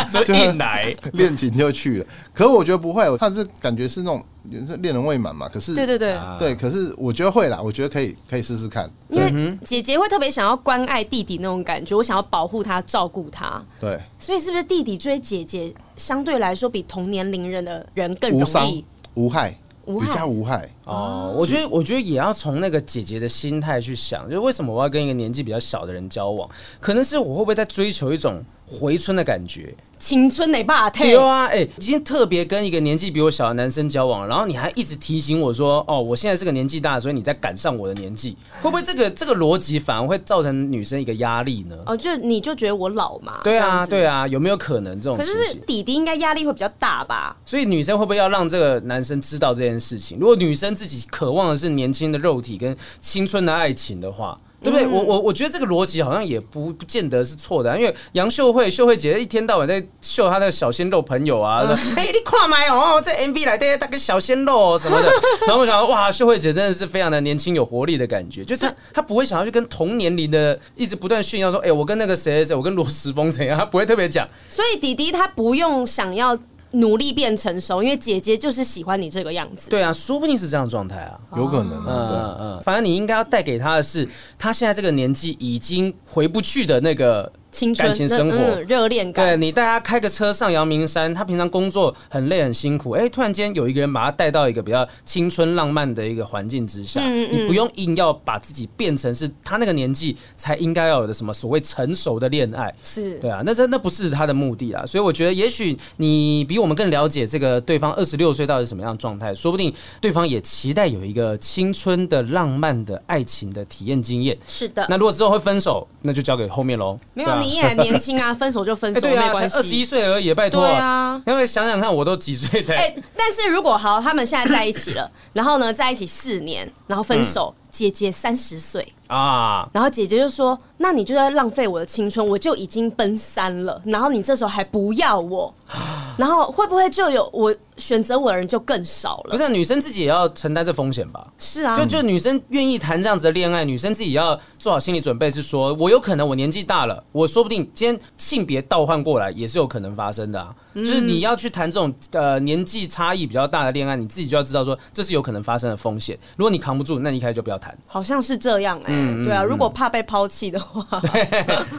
A: 所以硬来，
C: 恋情就去了。可我觉得不会，他是感觉是那种是恋人未满嘛。可是
B: 对对对，
C: 对可是我觉得会啦，我觉得可以可以试试看。
B: 因为姐姐会特别想要关爱弟弟那种感觉，我想要保护他、照顾他，
C: 对，
B: 所以是不是弟弟追姐姐相对来说比同年龄人的人更
C: 无
B: 容
C: 伤
B: 易？
C: 无害，
B: 无
C: 比
B: 害
C: 较无害。
A: 哦，我觉得，我觉得也要从那个姐姐的心态去想，就是为什么我要跟一个年纪比较小的人交往？可能是我会不会在追求一种回春的感觉？
B: 青春的霸
A: 对
B: 退，
A: 啊，哎、今天特别跟一个年纪比我小的男生交往，然后你还一直提醒我说，哦，我现在是个年纪大，所以你在赶上我的年纪，会不会这个这个逻辑反而会造成女生一个压力呢？
B: 哦，就你就觉得我老嘛？
A: 对啊，对
B: 啊。
A: 啊，有没有可能这种
B: 可
A: 情形？
B: 是弟弟应该压力会比较大吧？
A: 所以女生会不会要让这个男生知道这件事情？如果女生自己渴望的是年轻的肉体跟青春的爱情的话，对不对？我我我觉得这个逻辑好像也不不见得是错的啊、因为杨秀慧秀慧姐一天到晚在秀她的小鲜肉朋友啊，说哎、你看麦哦，这 MV 来的大个小鲜肉、哦、什么的， 然后我想说哇，秀慧姐真的是非常的年轻有活力的感觉，就是她她不会想要去跟同年龄的一直不断炫耀说，哎、我跟那个谁谁谁，我跟罗时峰怎样，她不会特别讲。
B: 所以弟弟他不用想要努力变成熟，因为姐姐就是喜欢你这个样子。
A: 对啊，说不定是这样的状态啊。
C: 有可能啊，
A: 嗯嗯，反正你应该要带给他的是，他现在这个年纪已经回不去的那个
B: 青春
A: 感情生活。
B: 那嗯热恋
A: 对
B: 感，
A: 你带他开个车上阳明山，他平常工作很累很辛苦，哎、突然间有一个人把他带到一个比较青春浪漫的一个环境之下，
B: 嗯嗯
A: 你不用硬要把自己变成是他那个年纪才应该要有的什么所谓成熟的恋爱，
B: 是
A: 对啊，那这那不是他的目的啦，所以我觉得也许你比我们更了解这个对方二十六岁到底是什么样的状态，说不定对方也期待有一个青春的浪漫的爱情的体验经验。
B: 是的。
A: 那如果之后会分手，那就交给后面喽。
B: 没有
A: 对啊
B: 你依然年 轻啊，分手就分
A: 哎
B: 手，
A: 对
B: 没
A: 啊，
B: 关
A: 才二十一
B: 系。
A: 岁而已，拜托。
B: 对啊
A: 因为想想看，我都几岁才？
B: 哎、 但是如果好，他们现在在一 起了，然后呢，在一起四年，然后分手，
A: 嗯
B: 姐姐三十岁，
A: 啊，
B: 然后姐姐就说：“那你就在浪费我的青春，我就已经奔三了，然后你这时候还不 要我，然后会不会就有我选择我的人就更少了？”
A: 不是啊、女生自己也要承担这风险吧？
B: 是啊，
A: 就就女生愿意谈这样子的恋爱，女生自己要做好心理准备，是说我有可能我年纪大了，我说不定今天性别倒换过来也是有可能发生的啊。就是你要去谈这种呃年纪差异比较大的恋爱，你自己就要知道说这是有可能发生的风险。如果你扛不住，那你一开始就不要谈。
B: 好像是这样哎、
A: 嗯
B: 对啊，如果怕被抛弃的话，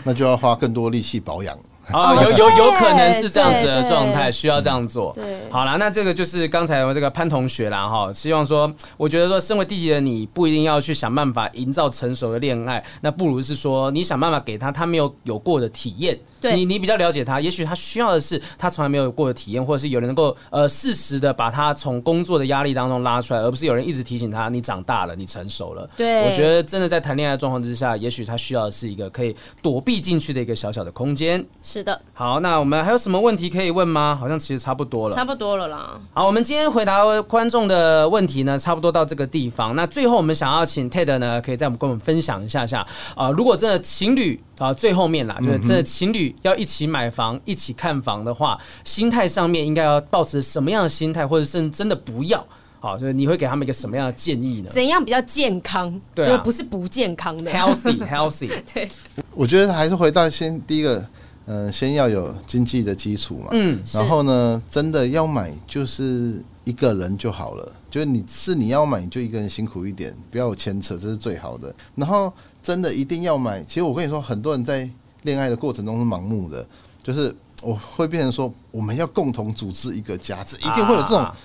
C: 那就要花更多力气保养。
A: 啊、
B: 哦
A: 有有有可能是这样子
B: 对
A: 的
B: 对
A: 状态，需要这样做。
B: 对
A: 好啦，那这个就是刚才这个潘同学啦，哈，希望说，我觉得说，身为弟弟的你，不一定要去想办法营造成熟的恋爱，那不如是说，你想办法给他他没有有过的体验。
B: 对
A: 你你比较了解他，也许他需要的是他从来没有过的体验，或者是有人能够呃适时的把他从工作的压力当中拉出来，而不是有人一直提醒他你长大了，你成熟了。
B: 对
A: 我觉得真的在谈恋爱的状况之下，也许他需要的是一个可以躲避进去的一个小小的空间。
B: 是 的，
A: 好，那我们还有什么问题可以问吗？好像其实差不多
B: 差
A: 了。
B: 不多了啦。
A: 好，我们今天回答观众的问题呢，差不多到这个地方。那最后我们想要请 Ted 呢，可以在我们跟我们分享一下下啊、如果真的情侣啊、最后面啦，
C: 嗯
A: 就是真的情侣要一起买房、一起看房的话，心态上面应该要保持什么样的心态，或者甚至真的不要。好，就是你会给他们一个什么样的建 议呢
B: 怎样比较健康？
A: 对啊
B: 就是不是不健康的。
A: ？Healthy, healthy，
B: 对，
C: 我觉得还是回到先第一个，呃，先要有经济的基础嘛。
A: 嗯，
B: 是
C: 然后呢，真的要买就是一个人就好了，就是你是你要买你就一个人辛苦一点，不要有牵扯，这是最好的。然后真的一定要买，其实我跟你说，很多人在恋爱的过程中是盲目的，就是我会变成说我们要共同组织一个家， 这一定会有这 种，
A: 啊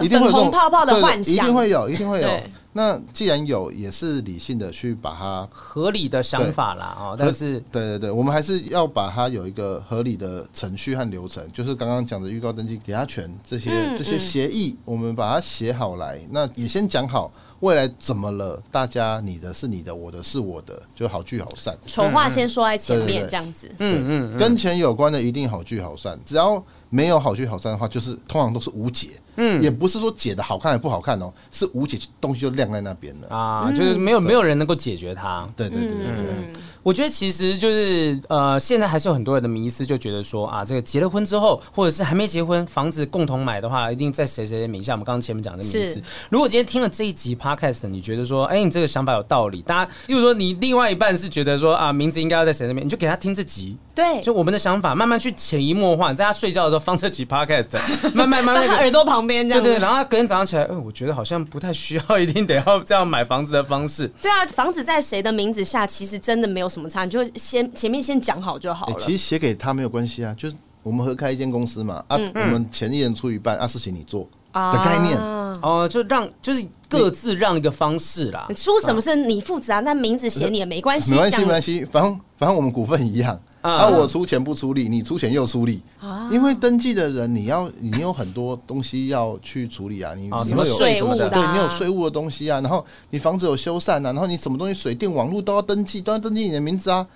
C: 一定会
B: 粉
C: 有这
B: 红
C: 种
B: 泡泡的
C: 对对
B: 幻想
C: 一定会有，一定会有
B: 对。
C: 那既然有，也是理性的去把它
A: 合理的想法啦，哦，但是
C: 对对对，我们还是要把它有一个合理的程序和流程，就是刚刚讲的预告登记、抵押权这些、
B: 嗯
C: 这些协议，我们把它写好来。那也先讲好未来怎么了，大家你的是你的，我的是我的，就好聚好散。
B: 丑话先说在前
C: 对对
B: 面，
C: 对
B: 这样子。
A: 嗯嗯，
C: 跟钱有关的一定好聚好散，只要没有好聚好散的话，就是通常都是无解。嗯，也不是说解的好看还不好看哦，是无解东西就晾在那边了。
A: 啊，嗯就是没有
B: 嗯
A: 没有人能够解决它。
C: 对对对对对对。
A: 我觉得其实就是呃，现在还是有很多人的迷思，就觉得说啊，这个结了婚之后，或者是还没结婚，房子共同买的话，一定在谁谁谁名下。我们刚刚前面讲的迷思
B: 是，
A: 如果今天听了这一集 podcast，你觉得说，哎、你这个想法有道理，大家，例如说你另外一半是觉得说啊，名字应该要在谁那边，你就给他听这集。
B: 对，
A: 就我们的想法，慢慢去潜移默化，你在他睡觉的时候放这集 podcast，慢慢慢慢
B: 在
A: 地
B: 他耳朵旁边
A: 对
B: 这样子。
A: 对，然后他隔天早上起来，哎，我觉得好像不太需要，一定得要这样买房子的方式。
B: 对啊，房子在谁的名字下，其实真的没有什么差，你就先前面先讲好就好
C: 欸
B: 了。
C: 其实写给他没有关系啊，就是我们合开一间公司嘛，啊，我们钱一人出一半，啊，事情你做
B: 嗯啊
C: 的概念。
A: 哦，就让就是各自让一个方式啦
B: 你。出什么事你负责啊，但名字写你也没关系，
C: 没关系，
B: 这
C: 没
B: 样
C: 关系，反正反正我们股份一样，啊，我出钱不出力，你出钱又出力，
B: 啊
C: 因为登记的人你要你有很多东西要去处理啊，你
A: 啊
C: 你
A: 什么
C: 会有
A: 税
B: 税务的啊、
C: 对你有税务的东西啊，然后你房子有修缮啊，然后你什么东西水电网络都要登记，都要登记你的名字啊，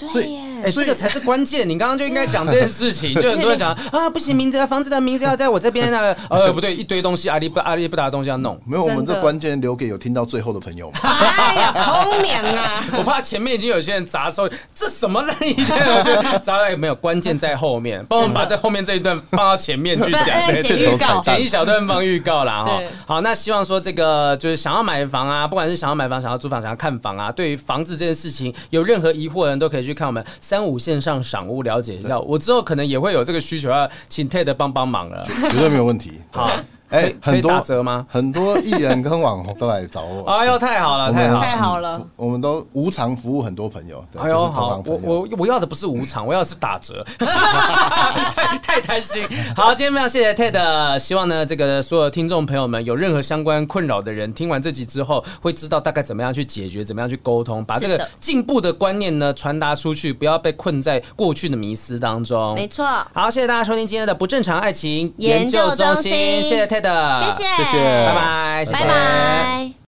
C: 所
B: 对
C: 以
B: 耶。
A: 哎、这个才是关键。你刚刚就应该讲这件事 情，就很多人讲啊，不行，名字啊，房子的名字要在我这边 那个，呃，不对，一堆东西，阿里不阿里不达的东西要弄。
C: 没有我们
B: 真的。
C: 这关键留给有听到最后的朋友们
B: 哎呀，聪明 啊！
A: 我怕前面已经有些人砸手，这什么烂一段，我就砸了。哎没有，关键在后面，帮我们把在后面这一段放到前面去讲
B: 不哎，
A: 对对
B: 剪
A: 对
B: 预告
A: 剪一小段放预告 啦哈
B: 对。
A: 好，那希望说这个就是想要买房啊，不管是想要买房、想要租房、想要看房啊，对于房子这件事情有任何疑惑的人都可以去看我们三五线上赏屋了解一下。我之后可能也会有这个需求，要请 Ted 帮帮忙了。
C: 绝对没有问题。
A: 好，可以
C: 哎、
A: 可以
C: 很多
A: 打折吗
C: 很多艺人跟网红都来找我，
A: 哎呦，太好了，
C: 我
A: 太
C: 们
A: 好了。
B: 太好了，
C: 我们都无偿服务很多朋友，对，
A: 哎
C: 啊就
A: 呦，
C: 是同
A: 好
C: 行，
A: 我
C: 朋友。
A: 我我要的不是无偿，我 要的是打折，太太贪心。好，今天非常谢谢 Ted，希望呢这个所有听众朋友们有任何相关困扰的人，听完这集之后会知道大概怎么样去解决，怎么样去沟通，把这
B: 是
A: 个
B: 的
A: 进步的观念呢传达出去，不要被困在过去的迷思当中。
B: 没错，
A: 好，谢谢大家收听今天的不正常爱情
B: 研究中
A: 中
B: 心
A: 谢谢 Ted，
B: 谢谢，
C: 谢谢
A: 拜拜，谢
B: 拜
A: 谢
B: 拜。